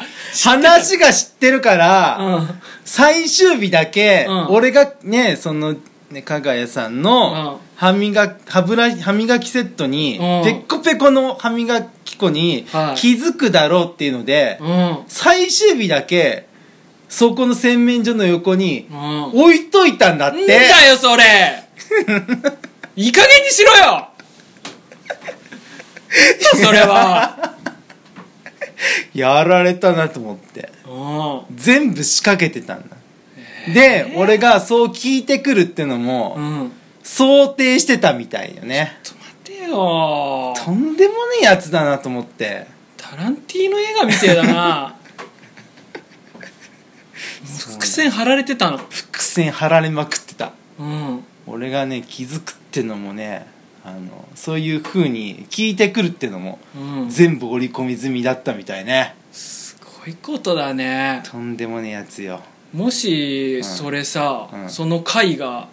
Speaker 2: 話が知ってるから、
Speaker 1: うん、
Speaker 2: 最終日だけ、
Speaker 1: うん
Speaker 2: 俺がねそのね加賀谷さ
Speaker 1: う
Speaker 2: ん
Speaker 1: ん
Speaker 2: の歯磨き歯ブラ歯磨きセットに、
Speaker 1: うん
Speaker 2: ペッコペコの歯磨き粉に
Speaker 1: はい
Speaker 2: 気づくだろうっていうので、
Speaker 1: うん
Speaker 2: 最終日だけそこの洗面所の横に
Speaker 1: うん
Speaker 2: 置いといたんだっ
Speaker 1: なん
Speaker 2: て
Speaker 1: だよそ れいい加減にしろよそれは
Speaker 2: やられたなと思って
Speaker 1: う
Speaker 2: 全部仕掛けてたんだ、で俺がそう聞いてくるってのも、
Speaker 1: んうん
Speaker 2: 想定してたみたいよね
Speaker 1: ちょっと待てよ
Speaker 2: とんでもねえやつだなと思って
Speaker 1: タランティーノ映画みてえだな伏線張られてたの
Speaker 2: 伏線張られまくってた
Speaker 1: うん
Speaker 2: 俺がね気づくってのもねあのそういう風に聞いてくるってのも、
Speaker 1: うん
Speaker 2: 全部織り込み済みだったみたいね
Speaker 1: すごいことだね
Speaker 2: とんでもねえやつよ、
Speaker 1: もしそれさ、
Speaker 2: うん
Speaker 1: その回が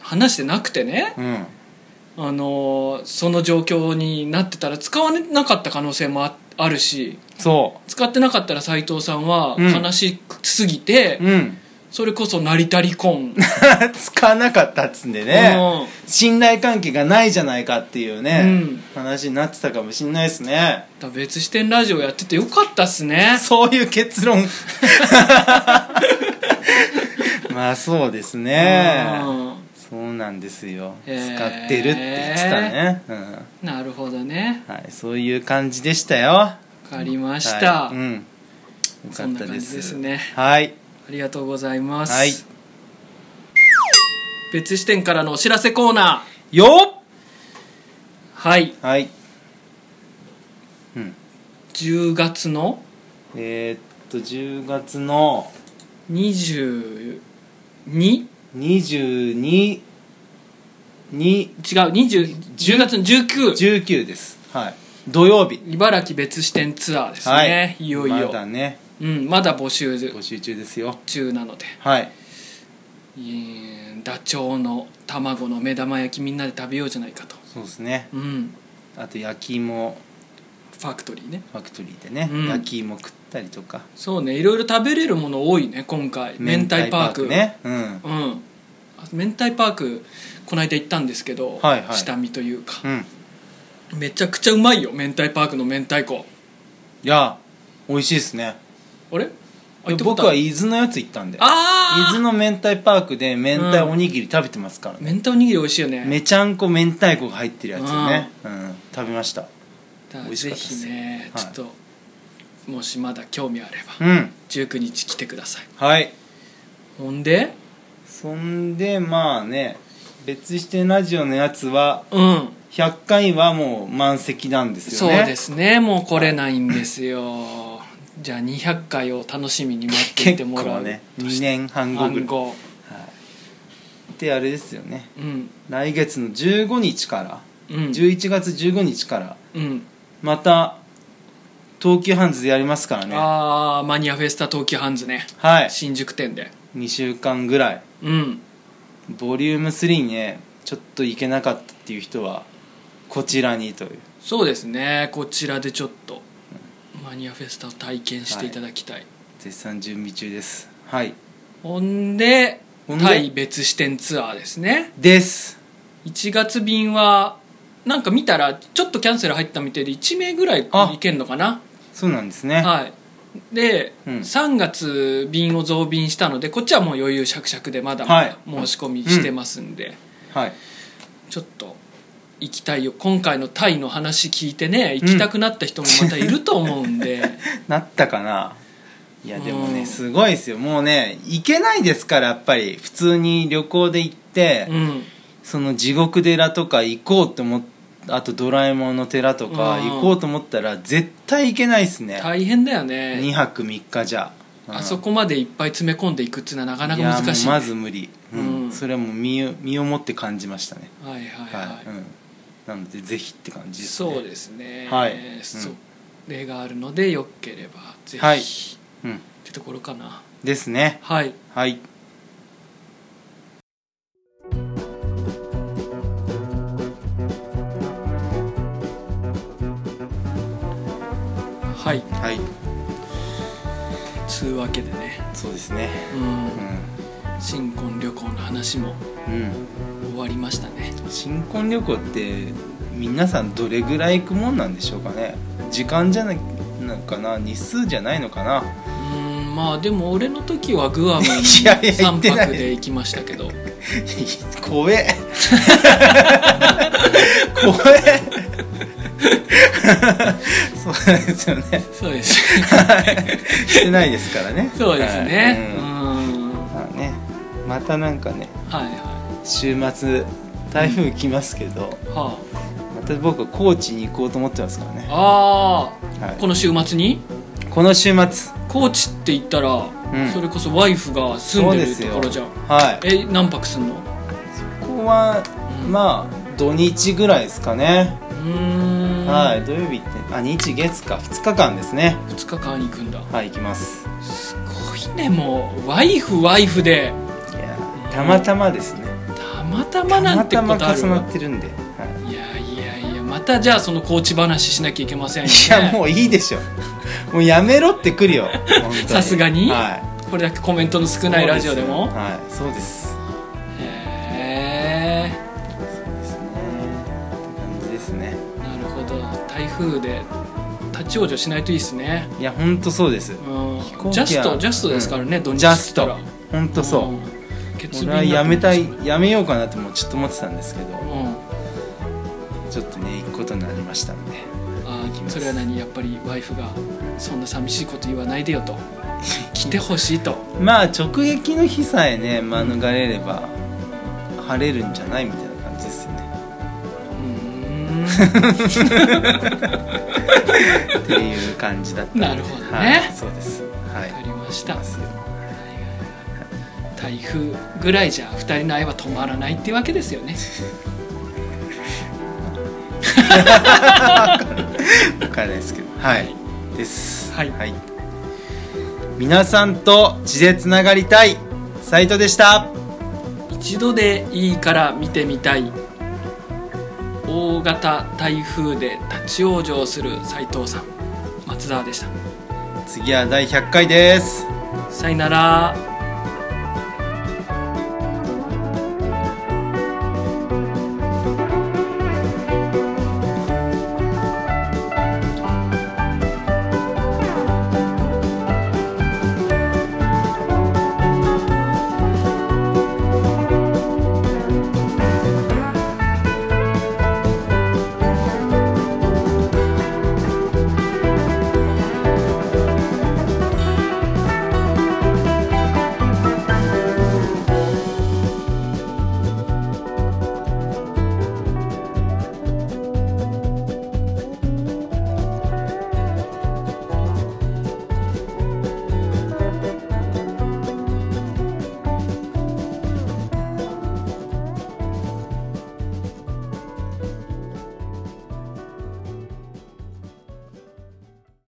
Speaker 1: 話してなくてね、
Speaker 2: うん、うん
Speaker 1: あのーその状況になってたら使わなかった可能性もああるし
Speaker 2: そ
Speaker 1: 使ってなかったら斎藤さんは
Speaker 2: うん
Speaker 1: 悲しすぎて、
Speaker 2: ううん
Speaker 1: それこそ成田離婚、
Speaker 2: 使わなかったっつんでね、
Speaker 1: うん
Speaker 2: 信頼関係がないじゃないかっていうね、
Speaker 1: うん
Speaker 2: 話になってたかもしんないですね
Speaker 1: だから別視点ラジオやっててよかったっすね
Speaker 2: そういう結 論まあそうですね、
Speaker 1: うん
Speaker 2: そうなんですよ、
Speaker 1: へー
Speaker 2: 使ってるって言ってたね、うん
Speaker 1: なるほどね
Speaker 2: はい、そういう感じでしたよわ
Speaker 1: わかりました、
Speaker 2: はい、うんよか
Speaker 1: そん
Speaker 2: っ
Speaker 1: な
Speaker 2: た
Speaker 1: 感
Speaker 2: で
Speaker 1: じ
Speaker 2: す
Speaker 1: ですね
Speaker 2: はい
Speaker 1: ありがとうございます、
Speaker 2: はい
Speaker 1: 別視点からのお知らせコーナ
Speaker 2: よっ
Speaker 1: ーはい
Speaker 2: はいうん
Speaker 1: 10月の
Speaker 2: えーっと10月の
Speaker 1: 22違う
Speaker 2: 22 2
Speaker 1: 20 10月の19
Speaker 2: 19ですはい土曜日
Speaker 1: 茨城別支店ツアーですね、
Speaker 2: はい
Speaker 1: い、よいよ
Speaker 2: まだね
Speaker 1: うん、まだ募集
Speaker 2: 募集中ですよ
Speaker 1: 中なので
Speaker 2: はい
Speaker 1: えーダチョウの卵の目玉焼きみんなで食べようじゃないかと
Speaker 2: そうですね
Speaker 1: うん
Speaker 2: あと焼き芋
Speaker 1: ファクトリーね
Speaker 2: ファクトリーでね、
Speaker 1: うん
Speaker 2: 焼き芋食ったりとか
Speaker 1: そうねいろいろ食べれるもの多いね今回明太パーク
Speaker 2: ねうん
Speaker 1: うんあ明太パークこの間行ったんですけど、
Speaker 2: はいはい
Speaker 1: 下見というか、
Speaker 2: うん
Speaker 1: めちゃくちゃうまいよ明太パークの明太子
Speaker 2: いや美味しいですね
Speaker 1: あれあ行ったこと
Speaker 2: 僕
Speaker 1: あ
Speaker 2: は
Speaker 1: る
Speaker 2: 伊豆のやつ行ったんで伊
Speaker 1: あ
Speaker 2: 豆の明太パークで明太おにぎり食べてますから
Speaker 1: あ
Speaker 2: ね、
Speaker 1: 明太おにぎり美味しいよね
Speaker 2: めちゃんこ明太子が入ってるやつね、うん、食べました
Speaker 1: だから
Speaker 2: 美味し
Speaker 1: ぜ
Speaker 2: かったっす
Speaker 1: ひね、
Speaker 2: はい
Speaker 1: ちょっともしまだ興味あれば
Speaker 2: うん
Speaker 1: 19日来てください
Speaker 2: はい
Speaker 1: ほんで
Speaker 2: そんでまあね別視点ラジオのやつは
Speaker 1: うん
Speaker 2: 100回はもう満席なんです
Speaker 1: そう
Speaker 2: よね
Speaker 1: ですねもう来れないんですよじゃあ200回を楽しみに待っていて
Speaker 2: 結
Speaker 1: もら
Speaker 2: 構
Speaker 1: う
Speaker 2: ね2年半後ぐら
Speaker 1: 暗
Speaker 2: い、はい、
Speaker 1: 号
Speaker 2: であれですよね
Speaker 1: うん
Speaker 2: 来月の15日から、
Speaker 1: うん
Speaker 2: 11月15日から
Speaker 1: うん
Speaker 2: また東急ハンズでやりますからね
Speaker 1: ああマニアフェスタ東急ハンズね
Speaker 2: はい
Speaker 1: 新宿店で
Speaker 2: 2週間ぐらい
Speaker 1: うん
Speaker 2: ボリューム3にねちょっと行けなかったっていう人はこちらにという
Speaker 1: そうですねこちらでちょっとマニアフェスタを体験していただきたい、
Speaker 2: 絶賛準備中ですはい
Speaker 1: ほんで
Speaker 2: ほんで
Speaker 1: 対別支店ツアーですね
Speaker 2: です
Speaker 1: 1月便はなんか見たらちょっとキャンセル入ったみたいで1名ぐらい
Speaker 2: あ
Speaker 1: 行けんのかな
Speaker 2: そうなんですね
Speaker 1: はいで、
Speaker 2: うん
Speaker 1: 3月便を増便したのでこっちはもう余裕しゃくしゃくでまだ
Speaker 2: は
Speaker 1: 申し込みしてますんで、
Speaker 2: はい
Speaker 1: ちょっと行きたいよ今回のタイの話聞いてね行きたくなった人もまたいると思うんで、
Speaker 2: なったかないやで
Speaker 1: う
Speaker 2: もね
Speaker 1: ん
Speaker 2: すごいですよもうね行けないですからやっぱり普通に旅行で行って、
Speaker 1: うん、
Speaker 2: その地獄寺とか行こうと思っあとドラえもんの寺とか
Speaker 1: うん
Speaker 2: 行こうと思ったら絶対行けないですね
Speaker 1: 大変だよ
Speaker 2: 2
Speaker 1: ね
Speaker 2: 泊3日じゃ、うん
Speaker 1: あそこまでいっぱい詰め込んでいくっていうのはなかなか難しい,、
Speaker 2: や
Speaker 1: ね、
Speaker 2: もうまず無理、うん
Speaker 1: うん
Speaker 2: それはもう身を身をもって感じましたね
Speaker 1: はいはいはい、
Speaker 2: はい、うん、なのでぜひって感じですね
Speaker 1: そうですね
Speaker 2: はい
Speaker 1: そう
Speaker 2: うん
Speaker 1: それがあるのでよければぜひ、
Speaker 2: はい
Speaker 1: っ
Speaker 2: うん、
Speaker 1: てところかな
Speaker 2: ですね
Speaker 1: はい
Speaker 2: はい
Speaker 1: はい
Speaker 2: はい
Speaker 1: つうわけでね、
Speaker 2: そうですね
Speaker 1: うん
Speaker 2: う
Speaker 1: 新婚旅行の話も
Speaker 2: ん、
Speaker 1: 終わりましたね
Speaker 2: うん、新婚旅行って皆さんどれぐらい行くもんなんでしょうかね時間じゃななんかな日数じゃないのかな
Speaker 1: うんまあでも俺の時はグアムに
Speaker 2: いやいや行
Speaker 1: 3
Speaker 2: ってない
Speaker 1: 泊で行きましたけど
Speaker 2: 怖え怖え そうなんですよね
Speaker 1: そうです
Speaker 2: してないですからね
Speaker 1: そうですね
Speaker 2: はい
Speaker 1: う
Speaker 2: うん
Speaker 1: んは
Speaker 2: まあねまたなんかね
Speaker 1: いは
Speaker 2: 週末台風来ますけど、
Speaker 1: いは
Speaker 2: また僕は高知に行こうと思ってますからね、
Speaker 1: ああ
Speaker 2: は
Speaker 1: ー
Speaker 2: い、
Speaker 1: この週末に
Speaker 2: この週末
Speaker 1: 高知って言ったら、
Speaker 2: ん
Speaker 1: それこそワイフが住んでるところじゃん
Speaker 2: はい
Speaker 1: え何泊すんのう
Speaker 2: ここは
Speaker 1: うん
Speaker 2: まあ土日ぐらいですかね、
Speaker 1: ーん、
Speaker 2: はい土曜日ってあ日月か2日間ですね
Speaker 1: 2日間行くんだ
Speaker 2: はい行きます
Speaker 1: すごいねもうワイフワイフで
Speaker 2: いやーたまたまですね
Speaker 1: たまたま
Speaker 2: た
Speaker 1: な
Speaker 2: ま
Speaker 1: んて
Speaker 2: た
Speaker 1: こと
Speaker 2: ま
Speaker 1: あ
Speaker 2: 重
Speaker 1: る
Speaker 2: なってるんで、はい
Speaker 1: やいやいやまたじゃあその高知話しなきゃいけませんよ、
Speaker 2: い、
Speaker 1: ね、
Speaker 2: いやもういいでしょもうやめろってくるよ本当
Speaker 1: さすがに
Speaker 2: は
Speaker 1: これだけコメントの
Speaker 2: い
Speaker 1: 少ないラジオでも
Speaker 2: はいそうです
Speaker 1: へえ
Speaker 2: ですねって感じですね
Speaker 1: なるほど台風で立ち往生しないといいですね
Speaker 2: いや本当そうです
Speaker 1: う
Speaker 2: 行
Speaker 1: んジャストジャストですからね、土日
Speaker 2: ジャス
Speaker 1: ったら
Speaker 2: ト本当そ
Speaker 1: ん
Speaker 2: う
Speaker 1: 欠
Speaker 2: 俺
Speaker 1: 便
Speaker 2: はやめたい
Speaker 1: になって
Speaker 2: やめようかなともちょっと思ってたんですけど
Speaker 1: ますもんうん
Speaker 2: ちょっとね行くことになりましたんで
Speaker 1: あ
Speaker 2: き
Speaker 1: ー
Speaker 2: ます
Speaker 1: それは何やっぱりワイフがそんな寂しいこと言わないでよと 来てほしいと
Speaker 2: まあ直撃の日さえね免れれば晴れるんじゃないみたいな感じですよね
Speaker 1: うー ん
Speaker 2: っていう感じだったんで
Speaker 1: なるほどね
Speaker 2: はい、そうですはい
Speaker 1: 分かりました
Speaker 2: ですよ
Speaker 1: 台風ぐらいじゃ2人の愛は止まらないってわけですよね
Speaker 2: わからないですけどはいです
Speaker 1: はい
Speaker 2: 皆さんと地でつながりたいサイトでした
Speaker 1: 一度でいいから見てみたい大型台風で立ち往生する斉藤さん松沢でした
Speaker 2: 次は第100回です
Speaker 1: さよなら